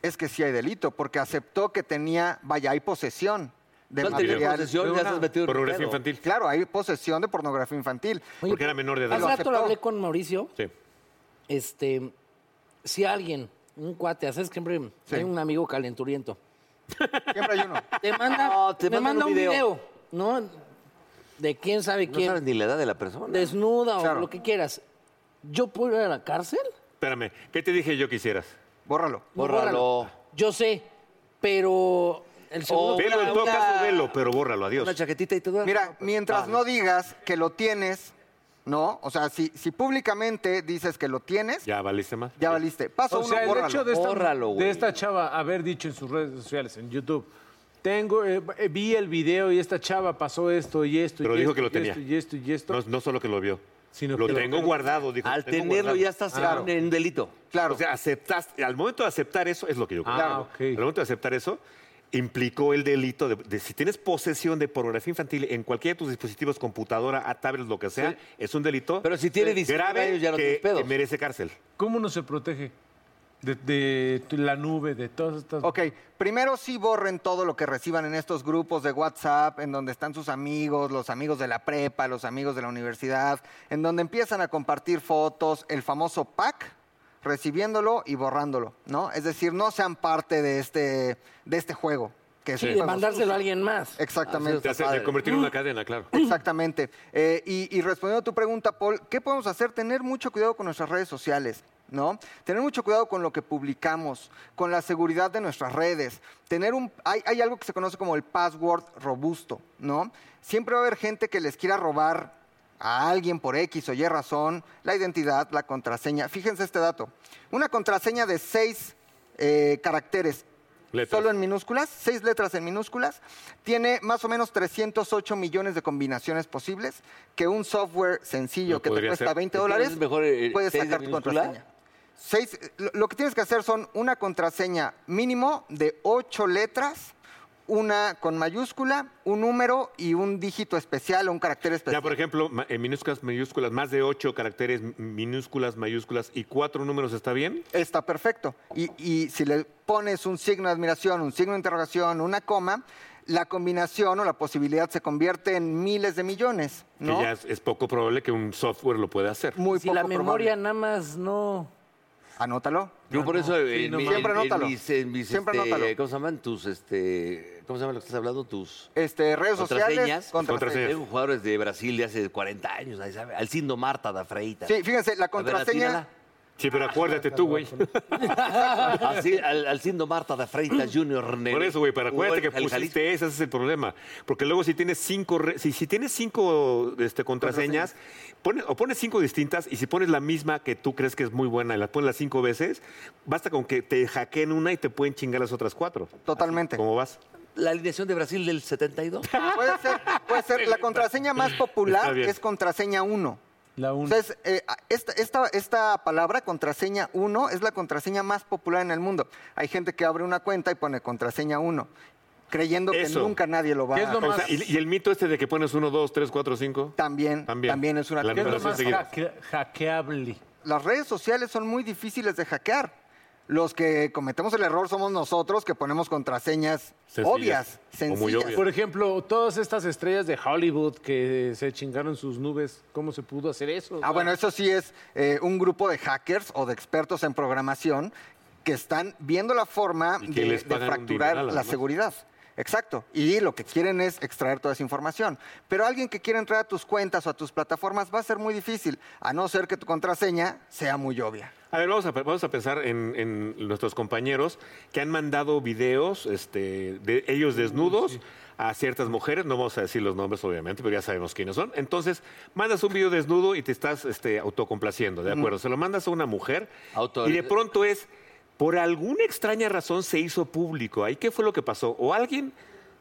Es que sí hay delito, porque aceptó que tenía, vaya, hay posesión de
¿Cuál tenía
material.
posesión? Ya
Una
estás metido en un
Pornografía
pedo.
infantil.
Claro, hay posesión de pornografía infantil.
Porque era menor de edad.
Hace
lo
rato lo
aceptó.
hablé con Mauricio.
Sí.
Este, si alguien, un cuate, haces que siempre hay un amigo calenturiento.
Siempre hay uno.
Te manda,
No, te
me
mandan
manda
un
un
video.
video. ¿no? De quién sabe
No
quién.
sabes ni la edad de la persona.
desnuda
Claro.
o lo que quieras. ¿Yo puedo ir a la cárcel?
Espérame, ¿qué te dije yo que hicieras?
Bórralo.
Bórralo.
Yo sé, pero el seguro.
O
Velo, en todo
una-
caso, velo, pero bórralo, adiós.
Una chaquetita y todo.
Mira, mientras no digas que lo tienes, ¿no? O sea, si, si públicamente dices que lo tienes, ya,
Ya valiste más.
valiste. Paso
O
uno,
sea, el
bórralo.
hecho de esta,
Bórralo,
de
güey.
esta chava haber dicho en sus redes sociales, en YouTube, tengo, eh, eh, vi el video y esta chava pasó esto y esto
Pero
y
dijo
esto,
que lo
y
tenía.
esto y esto y esto.
No, no solo que lo vio.
Sino
lo
que lo
tengo
tengo.
guardado, dijo.
Al
lo tengo
tenerlo
guardado.
ya estás
Claro.
en un delito.
Claro.
O sea, aceptaste, al momento de aceptar eso, es lo que yo creo.
Ah, ok.
Al momento de aceptar eso, implicó el delito de, de si tienes posesión de pornografía infantil en cualquiera de tus dispositivos, computadora, a tablet, lo que sea, es un delito.
Pero si tiene 19
grave
años, ya no
que,
tienes pedos.
que merece cárcel.
¿Cómo no se protege de, de tu- la nube, de todas estas...
Ok, primero sí borren todo lo que reciban en estos grupos de WhatsApp, en donde están sus amigos, los amigos de la prepa, los amigos de la universidad, en donde empiezan a compartir fotos, el famoso pack, recibiéndolo y borrándolo, ¿no? Es decir, no sean parte de este, de este juego. Que es
Sí,
un
de
juego
mandárselo a alguien más.
Exactamente.
Te hace
padre.
te convertir en una cadena, claro.
Exactamente. Eh, y, y respondiendo a tu pregunta, Paul, ¿qué podemos hacer? Tener mucho cuidado con nuestras redes sociales. ¿No? Tener mucho cuidado con lo que publicamos, con la seguridad de nuestras redes. Tener un, hay, hay algo que se conoce como el password robusto, ¿no? Siempre va a haber gente que les quiera robar a alguien por X o Y razón la identidad, la contraseña. Fíjense este dato. Una contraseña de seis eh, caracteres
Letras.
Solo en minúsculas, seis letras en minúsculas, tiene más o menos 308 millones de combinaciones posibles que un software sencillo
Lo
que te
podría
cuesta
hacer.
20
Entonces,
dólares
mejor, eh,
puedes
seis de
sacar tu
minúscula.
contraseña. Seis, lo, lo que tienes que hacer son una contraseña mínimo de ocho letras, una con mayúscula, un número y un dígito especial o un carácter
Ya,
especial.
por ejemplo, ma- en minúsculas, mayúsculas, más de ocho caracteres, m- minúsculas, mayúsculas y cuatro números, ¿está bien?
Está perfecto. Y, y si le pones un signo de admiración, un signo de interrogación, una coma, la combinación o la posibilidad se convierte en miles de millones, ¿no?
Que ya es, es poco probable que un software lo pueda hacer.
Muy
si
poco
la memoria
probable.
nada más no.
Anótalo.
Yo por eso en, mi-
Siempre
en- en
anótalo.
mis, en mis,
Siempre
este,
anótalo.
¿cómo se llaman? Tus, este, ¿cómo se llama lo que estás hablando? Tus
Este, redes sociales,
contraseñas.
contraseñas.
Tengo jugadores de Brasil de hace 40 años, nadie sabe. Alcindo Marta da Freita.
Sí, fíjense, la
atínala.
contraseña.
Sí, pero acuérdate tú, güey.
Así, al, Alcindo Marta da Freita Junior nene.
Por eso, güey, pero acuérdate
Hubo
que
en Jalisco.
pusiste esa, ese es el problema. Porque luego si tienes cinco, re- si, si tienes cinco este, contraseñas, pones- o pones cinco distintas y si pones la misma que tú crees que es muy buena y la pones las cinco veces, basta con que te hackeen una y te pueden chingar las otras cuatro.
Totalmente.
¿Cómo vas?
La alineación de Brasil del 72.
Puede ser, puede ser. La contraseña más
Está
popular
bien.
es contraseña 1.
La una.
Entonces, eh, a- esta, esta- esta palabra, contraseña 1, es la contraseña más popular en el mundo. Hay gente que abre una cuenta y pone contraseña 1, creyendo
Eso.
que nunca nadie lo va
¿Qué es lo
a
O sea, y, y el mito este de que pones uno, dos, tres, cuatro, cinco.
También, también es una-
La
¿Qué
¿Qué es lo
numeración
más
seguida.
hacke- hackeable?
Las redes sociales son muy difíciles de hackear. Los que cometemos el error somos nosotros que ponemos contraseñas
Sencillas,
obvias,
o
sencillas.
muy obvias.
Por ejemplo, todas estas estrellas de Hollywood que se chingaron sus nubes, ¿cómo se pudo hacer eso?
Ah, bueno, eso sí es eh, un grupo de hackers o de expertos en programación que están viendo la forma
Y que
de,
les
de
pagan un
fracturar
dineral,
la
además.
seguridad. Exacto. Y lo que quieren es extraer toda esa información. Pero alguien que quiera entrar a tus cuentas o a tus plataformas va a ser muy difícil, a no ser que tu contraseña sea muy obvia.
A ver, vamos a, vamos a pensar en, en nuestros compañeros que han mandado videos este, de ellos desnudos a ciertas mujeres, no vamos a decir los nombres obviamente, pero ya sabemos quiénes son. Entonces, mandas un video desnudo y te estás este, autocomplaciendo, ¿de acuerdo? Se lo mandas a una mujer
Autor-
y de pronto es, por alguna extraña razón se hizo público. ¿Ahí qué fue lo que pasó? ¿O alguien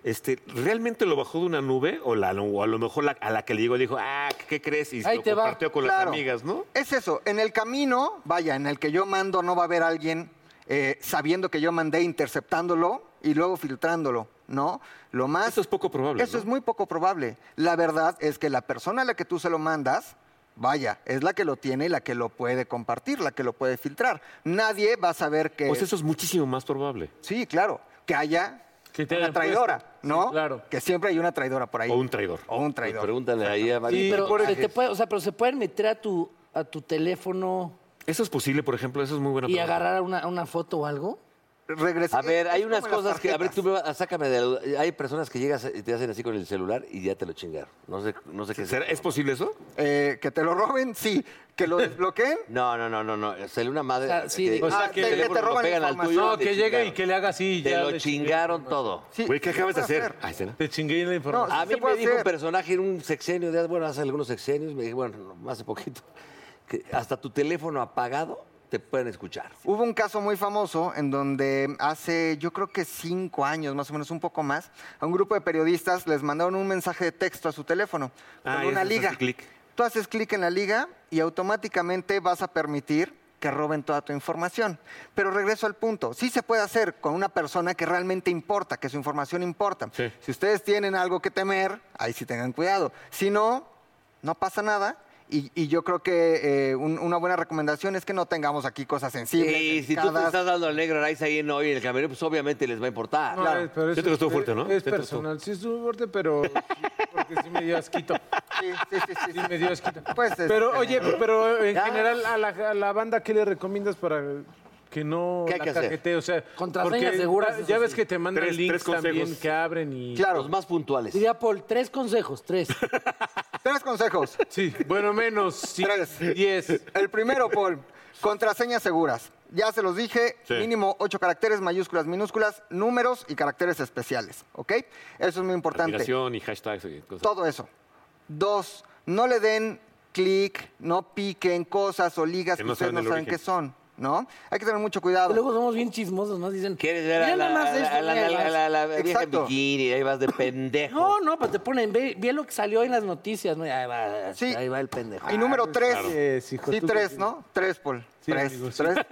este, realmente lo bajó de una nube? ¿O, la, o a lo mejor la- a la que le llegó dijo, ah, ¿qué crees? Y
Ahí
lo
te va,
compartió con las
Claro.
amigas, ¿no?
Es eso, en el camino, vaya, en el que yo mando no va a haber alguien eh, sabiendo que yo mandé, interceptándolo y luego filtrándolo, ¿no? Lo más...
Eso es poco probable,
Eso
¿no?
es muy poco probable. La verdad es que la persona a la que tú se lo mandas, vaya, es la que lo tiene y la que lo puede compartir, la que lo puede filtrar. Nadie va a saber
Eh.
que...
Pues eso es muchísimo más probable.
Sí, claro, que haya
Que te
una
hayan
traidora,
puesto.
¿no?
Sí, claro.
Que siempre hay una traidora por ahí.
O un traidor. Pues
O un traidor.
Pregúntale ahí a Mari.
Sí, pero,
por
se
ejemplo-
te puede- o sea, pero se pueden meter a tu, a tu teléfono
Eso es posible, por ejemplo, eso es muy buena
y
pregunta.
agarrar una, una foto o algo.
Regresa-
A ver,
es-
hay
es
unas
como las
cosas que. A ver, tú
tarjetas.
me vas- sácame de la duda. Hay personas que llegas y te hacen así con el celular y ya te lo chingaron. No sé, no sé qué
¿Será- ¿Es posible eso?
Eh, que te lo roben, sí. Que lo desbloqueen,
No, no, no, no, no. Sale una madre.
O sea, sí, de-
que-
O sea,
ah,
que-
el
que te
teléfono lo
roban
pegan al
información.
tuyo,
No,
te
que llegue y
chingaron.
que le haga así. y
Te
ya
lo
le chingué.
chingaron todo.
Sí,
Güey, ¿qué
sí se
acabas de
puede
hacer? Ay, ¿será?
Te chingué la información.
A
sí se
mí me
puede
dijo un
hacer.
personaje en un sexenio, de, bueno, hace algunos sexenios, me dijo, bueno, no, hace poquito, que hasta tu teléfono apagado te pueden escuchar.
Hubo un caso muy famoso en donde hace, yo creo que cinco años, más o menos un poco más, a un grupo de periodistas les mandaron un mensaje de texto a su teléfono con
Ah, y
una
haces
liga.
así clic.
Tú haces clic en la liga y automáticamente vas a permitir que roben toda tu información. Pero regreso al punto, sí se puede hacer con una persona que realmente importa, que su información importa.
Sí.
Si ustedes tienen algo que temer, ahí sí tengan cuidado. Si no, no pasa nada. Y, y yo creo que eh, un- una buena recomendación es que no tengamos aquí cosas sensibles.
Y si tú te
delicadas.
estás dando al negro Araiza ahí en hoy en el camerino, pues obviamente les va a importar.
No, es-
Siento
pero es-
que estuvo
es-
fuerte, ¿no?
Es
Siento que
personal. Sí estuvo fuerte, pero... sí, Porque sí me dio asquito.
Sí, sí, sí, sí,
Sí
sí.
me dio asquito.
Pues, este,
pero, oye, pero en
Ya.
general, a la, a la banda, ¿qué le recomiendas para que no
¿Qué hay
la
que hacer?
cajetee? O sea,
Contraseñas
porque
seguras,
Ya,
eso
ya ves
sí.
que te mandan
Tres-
links
tres consejos.
también que abren y...
Claro.
Los más puntuales.
Diría Paul, tres consejos, tres.
Tres consejos.
Sí, bueno, menos sí,
Tres.
diez.
El primero, Paul, contraseñas seguras. Ya se los dije,
Sí.
mínimo ocho caracteres, mayúsculas, minúsculas, números y caracteres especiales, ¿ok? Eso es muy importante.
Admiración y hashtags y cosas.
Todo eso. Dos, no le den clic, no piquen cosas o ligas
Que
que,
no
ustedes
saben
no
el
saben
origen.
qué son, ¿no? Hay que tener mucho cuidado.
Luego somos bien chismosos, nos dicen.
¿Quieres ver a
"Mira
la,
nada más
a la-
esto,
a la-
mira nada
a
más".
la- a la vieja en
Exacto.
bikini? Ahí vas de pendejo.
No, no, pues te ponen, ve, ve lo que salió en las noticias, ¿no? Y Ahí va,
Sí.
ahí va el pendejo.
Y número
Ah,
tres.
Yes, hijo,
sí,
tú-
tres, ¿no? Tres, Paul.
Sí,
tres,
amigo, sí.
tres,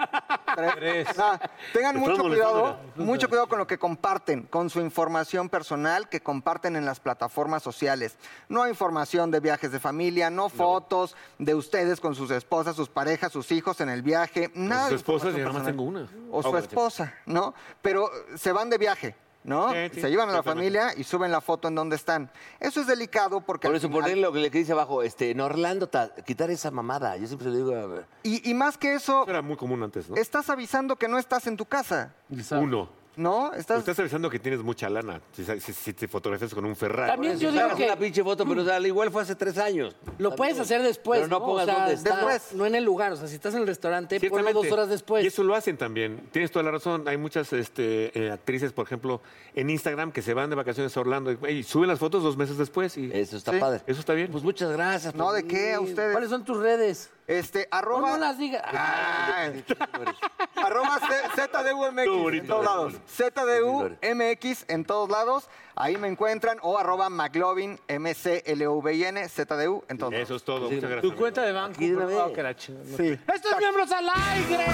tres. Ah,
Estás
tengan mucho
molestando,
cuidado, mucho cuidado con lo que comparten, con su información personal que comparten en las plataformas sociales. No información de viajes de familia, no fotos de ustedes con sus esposas, sus parejas, sus hijos en el viaje, nada.
Con
de
su esposa, yo nada
información
más
personal.
tengo una.
O su
Ah, bueno,
esposa, ¿no? Pero eh, se van de viaje. ¿No?
Sí, sí,
se llevan a la
exactamente.
familia y suben la foto en donde están. Eso es delicado porque...
Por
al
eso,
final-
poner lo que le dice abajo, este, no, Orlando, ta- quitar esa mamada. Yo siempre le digo, a ver,
y, y más que eso,
Eso era muy común antes, ¿no?
estás avisando que no estás en tu casa,
Uno.
¿no? Estás...
Estás avisando que tienes mucha lana. Si, si- si te fotografías con un Ferrari.
También yo digo
hagas
que Mm.
una pinche foto, pero o sea, igual fue hace tres años.
lo puedes hacer después.
Pero no
¿no?
pongas
o sea,
dónde está.
Después. No en el lugar, o sea, si estás en el restaurante, ponlo
Ciertamente.
dos horas después.
Y eso lo hacen también. Tienes toda la razón. Hay muchas este, eh, actrices, por ejemplo, en Instagram que se van de vacaciones a Orlando y, y suben las fotos dos meses después. Y
Eso está
Sí.
padre.
Eso está bien.
Pues muchas gracias.
No,
pues,
¿de qué? A
Sí.
ustedes.
¿Cuáles son tus redes?
Este,
No,
arroba...
no las digas.
Ay.
eres.
arroba Z-
Tú
ZDUMX en
bonito,
todos
tú
lados. ZDUMX en todos lados. Ahí me encuentran. O arroba McLovin, M-C-L-V-I-N, ZDU en todos
Eso
lados.
es todo.
Sí.
Muchas gracias.
Tu cuenta de banco.
Aquí de una
por favor,
vez.
que la chingada.
Sí.
¡Estos miembros al aire!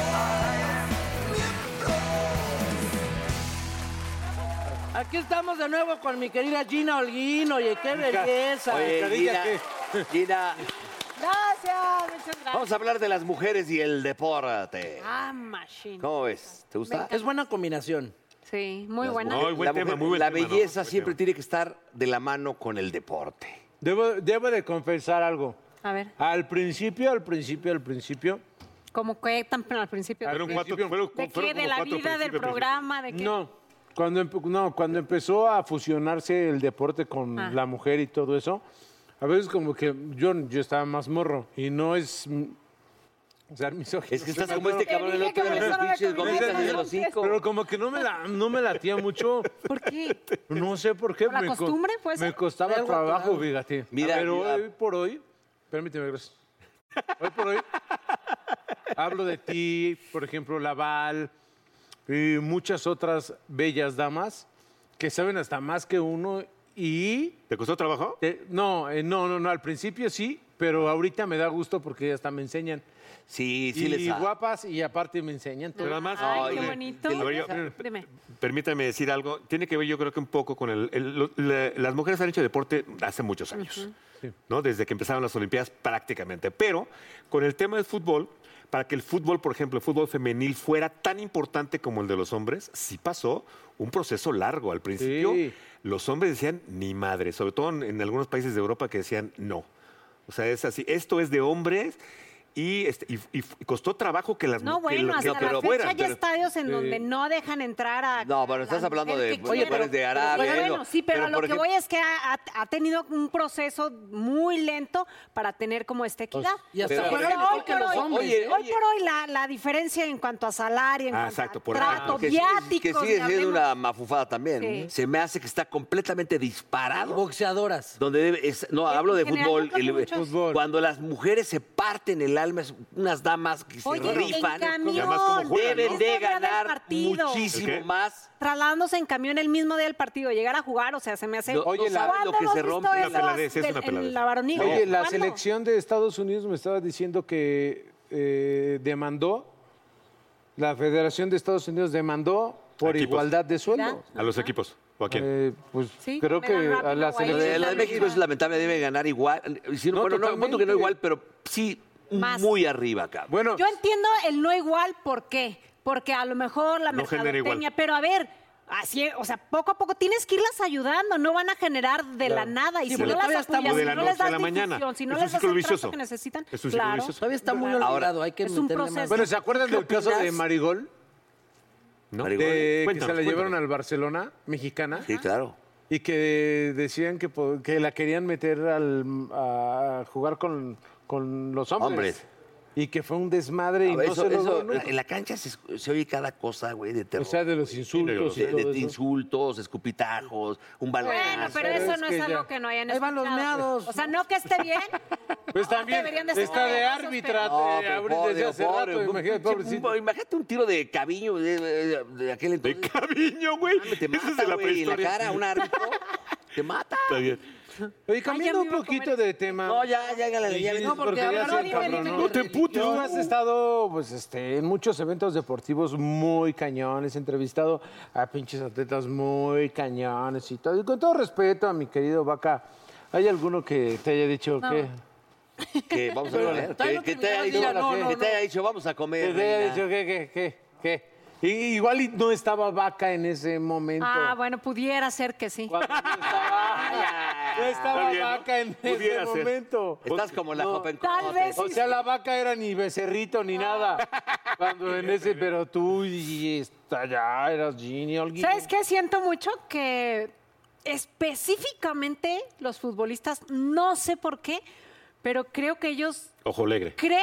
Ah, Aquí estamos de nuevo con mi querida Gina Holguín. Oye, qué belleza.
Oye, Gina,
Carilla,
Gina,
Gracias, muchas gracias.
vamos a hablar de las mujeres y el deporte.
Ah, machine.
¿Cómo ves? ¿Te gusta?
Es buena combinación.
Sí, muy buena.
Ay, buen
La
tema,
mujer-
muy buen
La
tema, ¿no?
belleza
Buen
siempre
tema.
tiene que estar de la mano con el deporte.
Debo, debo de confesar algo.
A ver,
Al principio, al principio, al principio...
¿cómo que tan al principio?
Fueron cuatro- fueron-
¿De
fueron
qué? ¿De
como
la
cuatro
vida del
principios,
programa? ¿De qué?
No, Cuando, empe- no, cuando empezó a fusionarse el deporte con
Ah.
la mujer y todo eso, a veces como que yo, yo estaba más morro y no es... mm, o sea, misógino.
Es que estás como este
Te
cabrón el
dije
otro
que
de
por
los
eso no me
pinches
comí
gomitas de
esas
los
lonches.
cinco.
Pero como que no me, la, no me latía mucho.
¿Por qué?
No sé por qué.
¿Por la
me co-
costumbre, puede
Me
ser?
costaba
Algo
trabajo,
claro.
fíjate.
Mira,
Pero
mira.
hoy por hoy, permíteme, gracias. Hoy por hoy, hablo de ti, por ejemplo, Laval y muchas otras bellas damas que saben hasta más que uno y
¿Te costó trabajo?
eh, no, eh, no, no, no, al principio sí, pero ahorita me da gusto porque hasta me enseñan.
Sí, sí
y
les ha-
guapas y aparte me enseñan. todo.
Pero además,
Ay,
Oye,
qué bonito.
el brillo-
Dime.
Permítame decir algo. Tiene que ver, yo creo que un poco con el. el- lo- la- las mujeres han hecho deporte hace muchos años, ¿no? Desde que empezaron las Olimpiadas prácticamente. Pero con el tema del fútbol, para que el fútbol, por ejemplo, el fútbol femenil fuera tan importante como el de los hombres, sí pasó un proceso largo. Al principio,
Sí.
los hombres decían ni madre, sobre todo en, en algunos países de Europa que decían no. O sea, es así. Esto es de hombres. Y, este, y- y costó trabajo que las
No,
mu- que
bueno,
lo- que
hasta la
pero
fecha
fueran,
hay
pero-
estadios en donde no dejan entrar a.
No, pero estás
la
hablando
mujer
de
que
lugares
quiera.
de Arabia,
Pero
eso.
bueno, sí, pero,
Pero,
a lo
por
que
ejemplo-
voy es que ha, ha- ha tenido un proceso muy lento para tener como esta equidad.
Pues, Y hasta
Pero-
juegan
Pero
mejor
hoy
que
por
los
hoy,
hombres.
Oye,
¿eh?
hoy por hoy la, la diferencia en cuanto a salario, en
Ah,
cuanto
exacto,
a
por-
trato,
ah,
que sigue- que
viáticos,
sigue
ni
siendo
hablemos.
una mafufada también.
Sí.
Se me hace que está completamente disparado.
Boxeadoras.
Donde debe- es- no,
En-
hablo de
en general,
fútbol,
yo creo que
el-
muchos-
Fútbol.
Cuando las mujeres se parten el alma, es unas damas que se
Oye,
rifan,
en camión.
además como juegan,
deben
¿no?
de
Es la hora del
ganar
partido.
¿El
muchísimo
qué?
más.
trasladándose en camión el mismo día del partido, llegar a jugar, o sea, se me hace...
No, no
Oye, la-
saben lo
¿Cuándo
que
hemos
se
visto
rompe.
Una
eso
peladez, es
del-
una
en
peladez.
la varonil?
Oye, la
¿Cuándo?
selección de Estados Unidos me estaba diciendo que eh, demandó, la Federación de Estados Unidos demandó por
Equipos.
igualdad de sueldo.
A los equipos. ¿O a quién?
Eh, pues
Sí,
creo
me
que
dan rápido
a la
ahí.
La
Pero
de,
selección.
la de
sí,
México
sí.
es lamentable, debe ganar igual. Si no,
No,
bueno, no, punto que no
totalmente.
igual, pero sí
Más.
muy arriba, cabrón.
Bueno,
Yo entiendo el no igual, ¿por qué? Porque a lo mejor la
No genera igual.
mercadotecnia, pero a ver, así, es, o sea, poco a poco tienes que irlas ayudando, no van a generar de la nada. Y
Sí,
si no
pero
las
todavía
apoyas,
estamos-
O de
si
la
no
noche
les
a
das
la mañana.
difusión, si no
Es un
les das
ciclo
el trato
vicioso.
que necesitan,
Es un ciclo
claro.
vicioso.
Todavía está muy
Ahora,
olvidado, hay que
es un
meterle más.
proceso.
bueno, ¿se acuerdan del caso de Marigol?
¿No? Eh,
Marigol.
De, Eh, que se
Cuéntanos,
la llevaron
cuéntanos.
al Barcelona, mexicana,
Sí, claro.
y que decían que, po- que la querían meter al, a jugar con, con los hombres.
Hombres.
Y que fue un desmadre y
A ver,
no
eso-
se lo
eso-
nunca.
en la cancha se, se oye cada cosa, güey, de
O
terror.
sea, de los insultos y
de, de
todo eso.
insultos, escupitajos, un balazo.
Bueno, pero
Pero
eso
es
no
que
es algo
ya-
que no hayan
Ahí
escuchado.
van los meados.
O sea, no que esté bien.
Pues también
deberían de ser
está de
famosos,
árbitra,
No,
te-
pero
ahorita
pobre,
desde hace
pobre,
rato,
un-
imagínate,
un-
pobrecito.
un- imagínate un tiro de cabiño de, de- de aquel
De
entonces.
Caviño, güey.
Mames, te
Ese es
mata,
de la
güey, en la
prehistoria.
cara, un árbitro. te mata.
Está bien.
Oye, cambiando
me
un
iba a
poquito
comer.
de tema.
No, ya, ya, ya, ya, ya.
Dijiste,
No,
porque
ya
hablaron
se
de religión.
encabronó.
No te emputes.
Tú has estado pues, este, en muchos eventos deportivos muy cañones, entrevistado a pinches atletas muy cañones y todo. Y con todo respeto a mi querido Vaca, ¿hay alguno que te haya dicho que...?
Que vamos a ver.
todavía
Que,
no
que te haya
terminabas,
dicho,
mira, no,
que
no,
te haya dicho, vamos a
Que
comer.
te haya
reina.
dicho que, que, que, que. Y- igual y no estaba Vaca en ese momento.
Ah, bueno, pudiera ser que sí.
Cuando no estaba, no estaba
Está bien, ¿no?
Vaca en
Pudiera
ese
ser.
momento.
Estás como la
No.
copa en
Tal
Cotes.
vez
O sea, la vaca era ni becerrito ni nada.
Ah,
Cuando en ese, pero tú y está allá, eras Ginny, alguien.
¿Sabes qué? Siento mucho que específicamente los futbolistas, no sé por qué, pero creo que ellos
Ojo alegre.
creen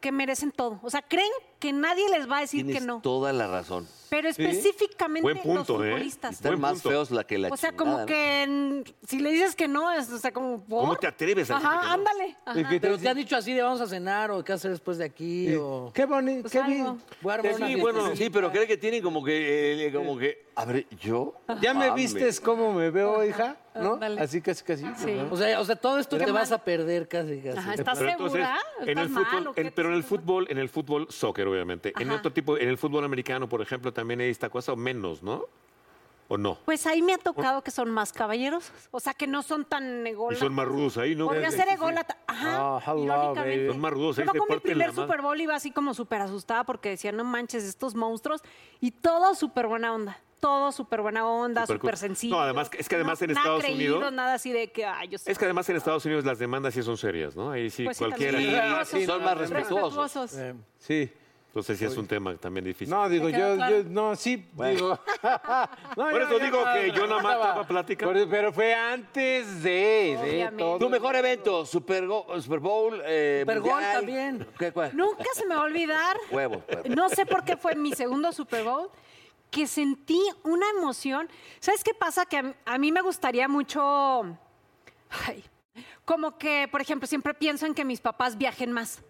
que merecen todo. O sea, creen que nadie les va a decir
Tienes
que no.
toda la razón.
Pero específicamente
Buen punto,
los
¿eh?
futbolistas.
Están
Buen
más
punto.
feos la que la
O sea,
chingada,
como
¿no?
que en- si le dices que no, es, o sea, como... ¿por?
¿Cómo te atreves a decirme que
Ajá,
no?
ándale. ajá.
¿Y qué te-
Pero te han dicho así de vamos a cenar o qué hacer después de aquí o...
Qué bonito,
Pues
qué
algo.
bien.
Voy a armar una
Sí,
fiesta.
bueno.
Sí, pero cree que tienen como que, eh, como que, a ver, ¿yo?
Ya me
Mames.
vistes cómo me veo, hija, ¿no?
ándale.
Así casi, casi.
Sí.
Ajá.
Ah, O sea, o sea, todo esto
Qué
te vas
mal.
a perder casi, casi.
Ajá, ¿Estás
Pero entonces,
segura?
en el
¿Estás mal
fútbol,
o qué
en-
te
pero en el
sientes mal?
fútbol, en el fútbol, soccer, obviamente. En
Ajá.
otro tipo, en el fútbol americano, por ejemplo, también hay esta cosa, o menos, ¿no? ¿O no?
Pues ahí me ha tocado que son más caballeros. O sea, que no son tan
Y
ególatras.
son más rudos ahí, ¿no?
Podría ser ególatra. Ajá,
Ah, hello,
irónicamente.
baby.
Son más rudos,
Yo
ahí
me
se
acuerdo mi
parten la
primer
madre.
Super Bowl iba así como súper asustada porque decía, no manches, estos monstruos. Y todo súper buena onda. Todo súper buena onda,
Súper cool.
súper sencillo.
No, además, es que además en Estados
nada
Unidos-
Nada así de que, ay, yo sé.
Es que además en Estados Unidos las demandas sí son serias, ¿no? Ahí sí,
Pues sí,
cualquiera.
también.
Sí, son más respetuosos.
respetuosos.
Eh, Sí.
Entonces sí es un tema también difícil.
No, digo,
quedó
yo,
claro.
yo- no, sí, digo. No,
Por
yo-
eso
yo
digo
no-
que yo nada más
estaba-
estaba platicando.
Pero, pero fue antes de, de
Obviamente.
todo.
Tu mejor evento, Super, Go- Super Bowl. Eh,
Super Bowl
mundial.
también.
¿Qué, cuál?
Nunca se me va a olvidar.
Huevos, perro.
No sé por qué fue mi segundo Super Bowl, que sentí una emoción. ¿Sabes qué pasa? Que a m- a mí me gustaría mucho. ay, como que, por ejemplo, siempre pienso en que mis papás viajen más.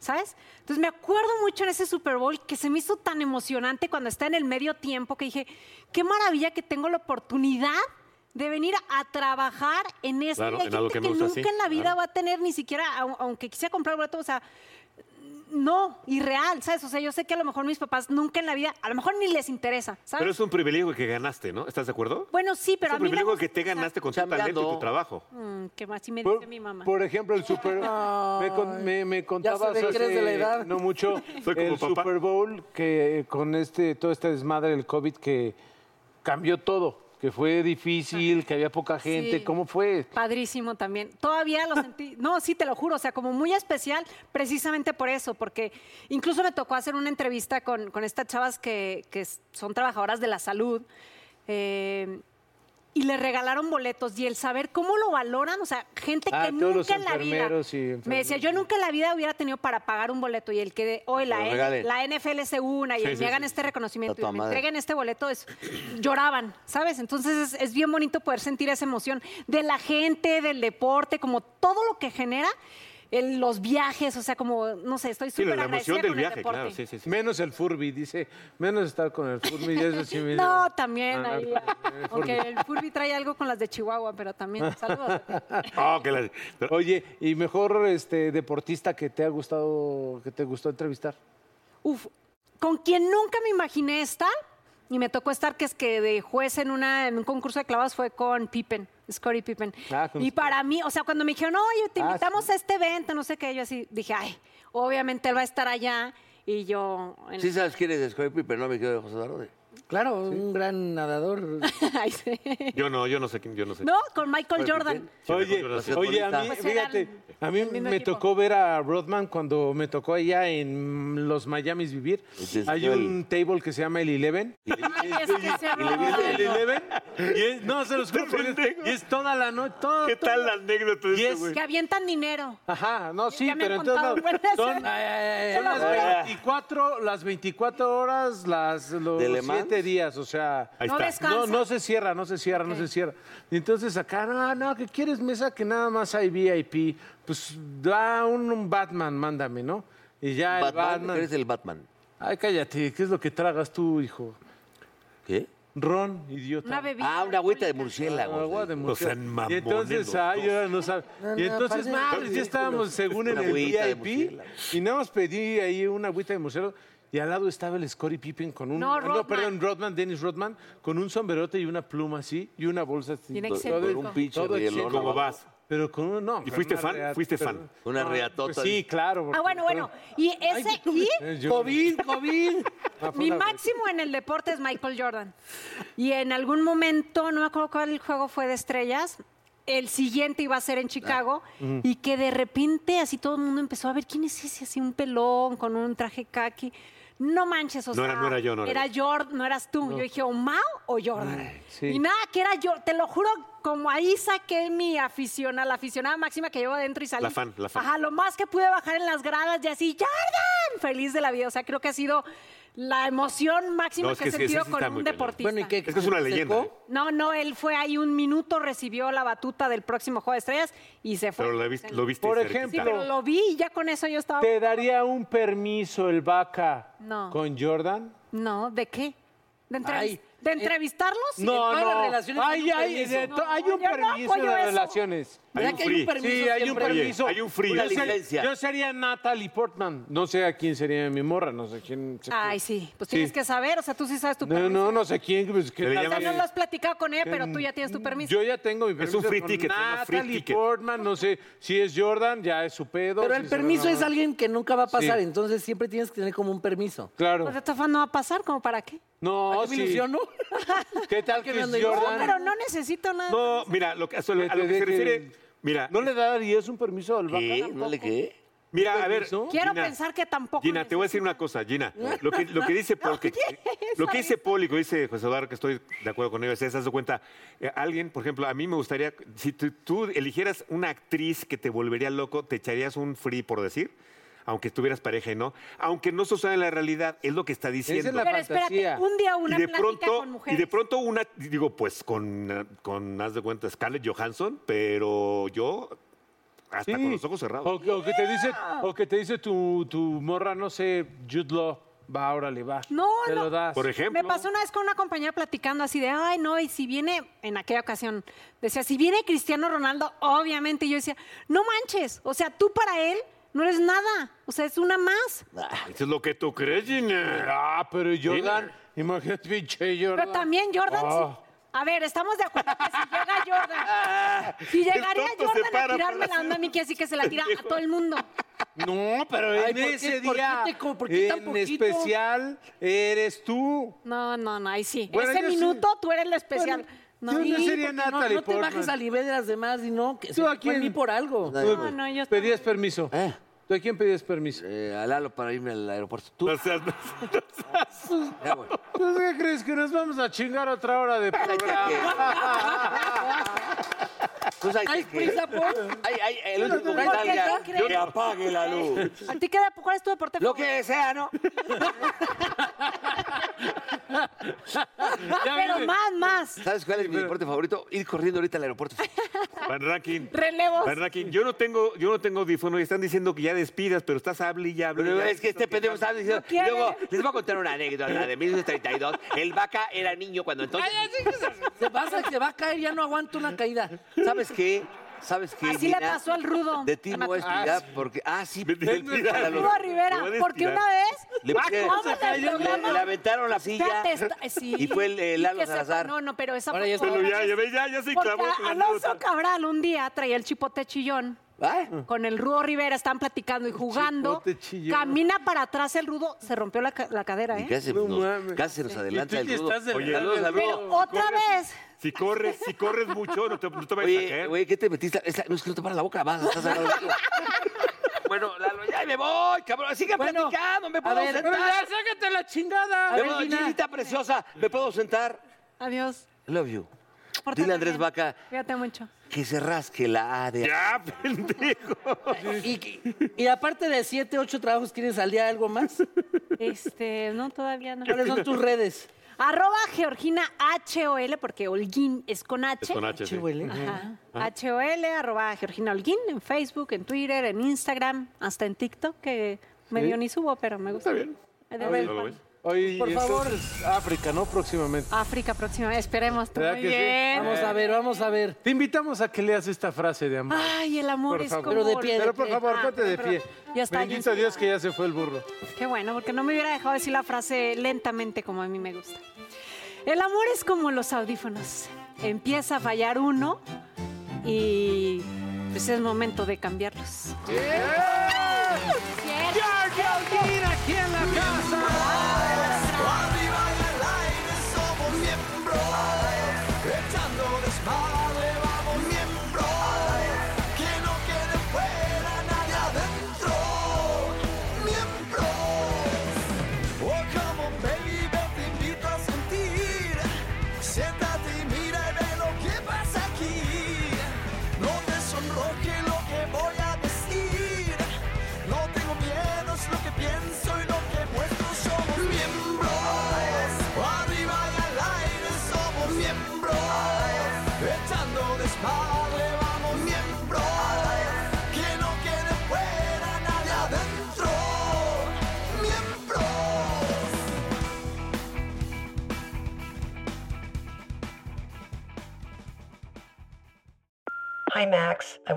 ¿Sabes? Entonces me acuerdo mucho en ese Super Bowl que se me hizo tan emocionante cuando está en el medio tiempo que dije, qué maravilla que tengo la oportunidad de venir a trabajar en esto.
Claro,
Y hay
en algo
gente
que me gusta,
nunca
sí,
en la vida
claro.
va a tener ni siquiera, au- aunque quisiera comprar boleto, o sea, no, irreal, ¿sabes? O sea, yo sé que a lo mejor mis papás nunca en la vida, a lo mejor ni les interesa, ¿sabes?
Pero es un privilegio que ganaste, ¿no? ¿Estás de acuerdo?
bueno, sí,
es
pero a
un
mí me
privilegio
gusta-
que te ganaste con tu
chambeando.
talento y tu trabajo.
Mm, que más sí me dice
Por,
mi mamá.
por ejemplo, el Super me, con- me, me contabas
ve que eres
hace
de la edad.
no mucho
Soy como
el
papá.
Super Bowl que eh, con este todo este desmadre del COVID que cambió todo, que fue difícil, que había poca gente,
Sí.
¿cómo fue?
Padrísimo también. Todavía lo sentí. No, sí, te lo juro. O sea, como muy especial precisamente por eso, porque incluso me tocó hacer una entrevista con, con estas chavas que, que s- son trabajadoras de la salud. eh, y le regalaron boletos y el saber cómo lo valoran, o sea, gente
Ah,
que
todos los
nunca en la vida
enfermeros y
me decía,
enfermeras.
yo nunca en la vida hubiera tenido para pagar un boleto y el que de- hoy la,
lo
N-
regalen.
la NFL se una y
Sí,
me
sí,
hagan
sí.
este reconocimiento
Está
y me
toda madre.
entreguen en este boleto es- lloraban, ¿sabes? Entonces es, es bien bonito poder sentir esa emoción de la gente, del deporte, como todo lo que genera el- los viajes, o sea, como, no sé, estoy
Sí,
súper
la
agradecida
emoción
con
del
el
viaje,
deporte.
claro, sí, sí, sí.
Menos el Furby, dice, menos estar con el Furby, eso sí me-
No, también,
Ah, No, no,
ahí, aunque el Furby trae algo con las de Chihuahua, pero también, saludos.
Oh, que la- pero-
Oye, y mejor este deportista que te ha gustado, que te gustó entrevistar.
Uf, con quien nunca me imaginé estar, y me tocó estar, que es que de juez en, una, en un concurso de clavas fue con Pippen, Scottie Pippen.
Ah, con-
y para mí, o sea, cuando me dijeron, oye, te
Ah,
invitamos a este evento, no sé qué, yo así dije, ay, obviamente él va a estar allá, y yo... en-
Sí sabes quién es Scottie Pippen, no me quedo de José Darode.
Claro, un gran nadador.
Ay, sí.
Yo no, yo no sé quién, yo no sé.
No, con Michael Jordan.
Sí,
Oye,
recuerdo las-
oye, a mí,
Pues eran
fíjate, a mí
del mismo
me
equipo.
tocó ver a Rodman cuando me tocó allá en los Miamis vivir.
Pues
Sí, sí,
Hay
yo el-
un table que se llama el Eleven.
Ay, es que se
le
llama-
viene
El Eleven. Y es- no, se los juro. por Dios, Y es toda la noche. todo-
¿Qué tal la anécdota de
Y
este
es-
güey?
Que avientan dinero.
Ajá, no, sí,
Ya me
pero
han
entonces
contado buenas
son,
veces.
eh, son las 24, las 24 horas, las, los
¿De Le Mans?
7 días, o sea...
Ahí
No
está.
descansa.
No, no se cierra, no se cierra, no se cierra. Y entonces acá, no, no, que quieres mesa que nada más hay VIP. Pues da un, un Batman, mándame, ¿no? Y ya el
Batman,
Batman.
eres el Batman.
Ay, cállate, ¿qué es lo que tragas tú, hijo?
¿Qué?
Ron, idiota.
Una bebida.
Ah, una agüita de
alcohólica.
Agua
murciélago.
de
No
murciélago.
sean mamones
Y entonces,
los
ay,
dos.
ahora no sabe.
No,
y
no,
entonces,
aparte-
madres, ya estábamos según en
Una
el
agüita de
VIP.
murciélago.
Y nada más pedí ahí una agüita de museo Y al lado estaba el Scottie Pippen con un.
No, Rodman.
perdón, Rodman, Dennis Rodman, con un sombrerote y una pluma así, y una bolsa así.
Tiene que ser
Todo-
rico.
Con un pinche
todo
rielón
excéntrico.
¿Cómo vas?
Pero con un. No,
¿Y fuiste
una
fan?
reata,
Fuiste
pero-
fan.
Una
No,
reatota.
pues sí, claro.
Ah, bueno, bueno. Y ese, y
COVID, COVID.
Mi máximo en el deporte es Michael Jordan. Y en algún momento, no me acuerdo cuál juego fue de estrellas, el siguiente iba a ser en Chicago
Ah,
y que de repente así todo el mundo empezó a ver quién es ese, así un pelón con un traje kaki. No manches, o
No
sea,
era- no era yo, no era
Jordan, no eras tú. Yo dije, o Mao o Jordan.
sí.
Y nada, que era yo, te lo juro, como ahí saqué mi afición, a la aficionada máxima que llevo adentro y salí.
La fan, la fan.
Ajá, lo más que pude bajar en las gradas y así, ¡Jordan! Feliz de la vida. O sea, creo que ha sido la emoción máxima
No, es
que,
que
he
sí, sí,
sentido
sí
con
está
un
muy cañón.
deportista.
bueno, ¿y qué?
Es que es una
¿Se
leyenda.
secó?
¿eh?
No, no, él fue ahí un minuto, recibió la batuta del próximo Juego de Estrellas y se fue.
Pero lo viste, lo viste
Por
cerquita.
Sí,
ejemplo,
pero lo vi y ya con eso yo estaba...
¿Te daría un permiso el vaca
No.
con Jordan?
No, ¿de qué? ¿De, entrevis-
Ay.
¿de entrevistarlos?
de todas las relaciones
eh,
hay
Ay,
un
ay, de
permiso.
to- hay un
No, yo no
permiso
apoyo
de
eso.
relaciones.
Hay
¿Verdad
un
que hay
free.
un permiso
Sí, hay un
siempre?
Oye,
permiso.
hay un free.
Yo
Una
ser-
licencia.
yo sería Natalie Portman. No sé a quién sería mi morra, no sé quién.
Ah,
sé
Ay,
quién.
sí, pues
Sí.
tienes que saber, o sea, tú sí sabes tu
No,
permiso.
no, no sé quién. pues, qué
Se le
tal
llama-
Ya
que-
no lo has platicado con ella, pero tú ya tienes tu permiso.
Yo ya tengo mi permiso.
un free
con
ticket, se llama free
Natalie
ticket.
Portman, no sé si es Jordan, ya es su pedo.
Pero
si
el
se va,
permiso
no.
es alguien que nunca va a pasar,
Sí.
entonces siempre tienes que tener como un permiso.
Claro.
Pues de todas formas no va a pasar, ¿como para qué?
No,
Yo me
sí.
ilusiono.
¿Qué tal
que
que
me
es
ando
No, pero
Jordan?
no necesito nada.
No, mira, lo que, a, lo-
Que
a
te
lo que se
deje-
refiere. Mira,
¿No le darías un permiso al vaca?
¿Qué? ¿No le qué?
Mira, a ver.
permiso?
Quiero
Gina,
pensar que tampoco.
Gina, te voy a decir una cosa, Gina. Lo que, lo que dice Paul, que- lo que dice Paul y que dice José Eduardo, que estoy de acuerdo con ellos, es, haz de cuenta, eh, alguien, por ejemplo, a mí me gustaría, si tú, tú eligieras una actriz que te volvería loco, te echarías un free, por decir, aunque estuvieras pareja y no, aunque no suceda en la realidad, es lo que está diciendo.
es la
Pero espérate,
fantasía.
un día una
y de
plática
pronto
con
y
mujeres.
de pronto una digo pues con eh, con haz de cuenta Scarlett Johansson pero yo hasta
Sí.
con los ojos cerrados
O, que- o que te dice, o que te dice tu, tu morra, no sé, Jude Law, va, órale, va.
No,
Te
no.
lo das.
Por ejemplo.
Me pasó una vez con una compañera platicando así de, ay, no, y si viene, en aquella ocasión, decía, si viene Cristiano Ronaldo, obviamente, y yo decía, no manches, o sea, tú para él no eres nada, o sea, es una más.
Eso es lo que tú crees Gina
Ah, pero Jordan, imagínate, pinche Jordan.
Pero también Jordan, sí.
Ah.
a ver, estamos de acuerdo que si llega Jordan, si llegaría
tonto se
Jordan
para
a tirarme
para
la onda a mí, que así que se la tira a todo el mundo.
No, pero
Ay,
en
¿por qué-
ese
por qué
día,
te co- por qué tan
en
poquito?
especial, eres tú.
No, no, no, ahí sí.
Bueno,
Ese
yo sí.
minuto tú eres la especial. no,
yo no
Sí,
sería
porque no,
Natalie
no te bajes
Portman.
al nivel de las demás y no, que se
¿Tú a
te fue en mí
quién?
por algo.
no, no, yo
Pues, Pedías permiso.
¿Eh?
¿Tú a quién pedías permiso?
Eh, a Lalo para irme al aeropuerto. Tú,
O sea,
ya, bueno.
¿Tú qué crees? ¿Que nos vamos a chingar otra hora de programa?
Pues hay
Ay,
que-
prisa, por.
Ay, ay, el último que
¿Por qué
salga,
no crees?
que apague la luz.
¿A ti qué da- cuál es tu deporte
Lo
favorito?
que sea, ¿no?
Pero más, más.
¿Sabes cuál es mi deporte favorito? Ir corriendo ahorita al aeropuerto.
Van Rankin.
Relevos.
Van Rankin, yo no tengo, yo no tengo audífono y están diciendo que ya despidas, pero estás hable y hable.
Pero
Ya
es que este
estás-
pendejo estaba diciendo.
quiere.
Luego, les voy a contar una anécdota la de 1932. El vaca era niño cuando entonces.
Se, vas a- se va a caer, ya no aguanto una caída.
¿Sabes qué? ¿Sabes qué?
Así le
Gina?
pasó al rudo.
De ti
En
no voy a estudiar porque. Ah, sí,
De- de-
del-
de-
para los-
Rudo Rivera,
Lo voy a
porque
destilar.
una vez Ah,
Le, pusieron-
¿Cómo se cayó?
le- le aventaron la silla.
Espérate, está- sí.
Y fue el, eh, Lalo
que sepa-
Salazar.
No, no, pero esa
Ahora ya
fue
Pero
otra
ya,
vez.
ya, ves, ya, ya se
Porque
clavó con la
Alonso
anécdota.
Cabral un día traía el chipote chillón.
¿Ah?
Con el Rudo Rivera estaban platicando y jugando.
Chipote chillón.
Camina para atrás el Rudo, se rompió la, ca- la cadera,
Y
¿eh?
casi,
No
nos,
mames.
casi nos
Y tú
adelanta
ya
el rudo.
estás de
Oye,
verdad,
saludos al
Pero
rudo.
otra vez.
Si corres, si corres mucho, no te, no te vayas a
Oye,
caer.
oye, ¿qué te metiste? Esa- no es que no te para la boca, vas, estás al lado del rudo. Bueno, Lalo, ya me voy, cabrón. Sigan
Bueno,
platicando, me
a
puedo
ver,
sentar.
sácate la chingada!
Me
ver,
puedo-
Gina.
Ginita preciosa, ¿me puedo sentar?
Adiós.
Love you.
Pórtate
Dile a Andrés
bien.
Vaca
Cuídate mucho.
que se rasque la A de...
Ya, pendejo.
Y, y aparte de siete, ocho trabajos, ¿quieres al día algo más?
Este, no, todavía no.
¿Cuáles son tus redes?
Arroba Georgina HOL, porque Holguín es con H.
Es con H, sí.
Chihuele.
Ajá. HOL, arroba Georgina Holguín, en Facebook, en Twitter, en Instagram, hasta en TikTok, que medio ni subo, pero me gusta.
Está bien.
De
¿No
vez en
lo
cuando.
ves?
Oye,
Por
y
favor.
entonces, África, ¿no? Próximamente.
África próxima, esperemos. Tú
¿Verdad
Muy
que sí?
bien.
Vamos a ver, vamos a ver.
Te invitamos a que leas esta frase de amor.
Ay, el amor
Por
es
favor.
como...
Pero de pie,
Pero por
pie.
favor,
Ah,
ponte de
perdón.
pie.
Ya está, ya
Bendito
está.
Dios que ya se fue el burro.
Qué bueno, porque no me hubiera dejado decir la frase lentamente como a mí me gusta. El amor es como los audífonos. Empieza a fallar uno y pues es momento de cambiarlos. Cierto.
Hi, Max. I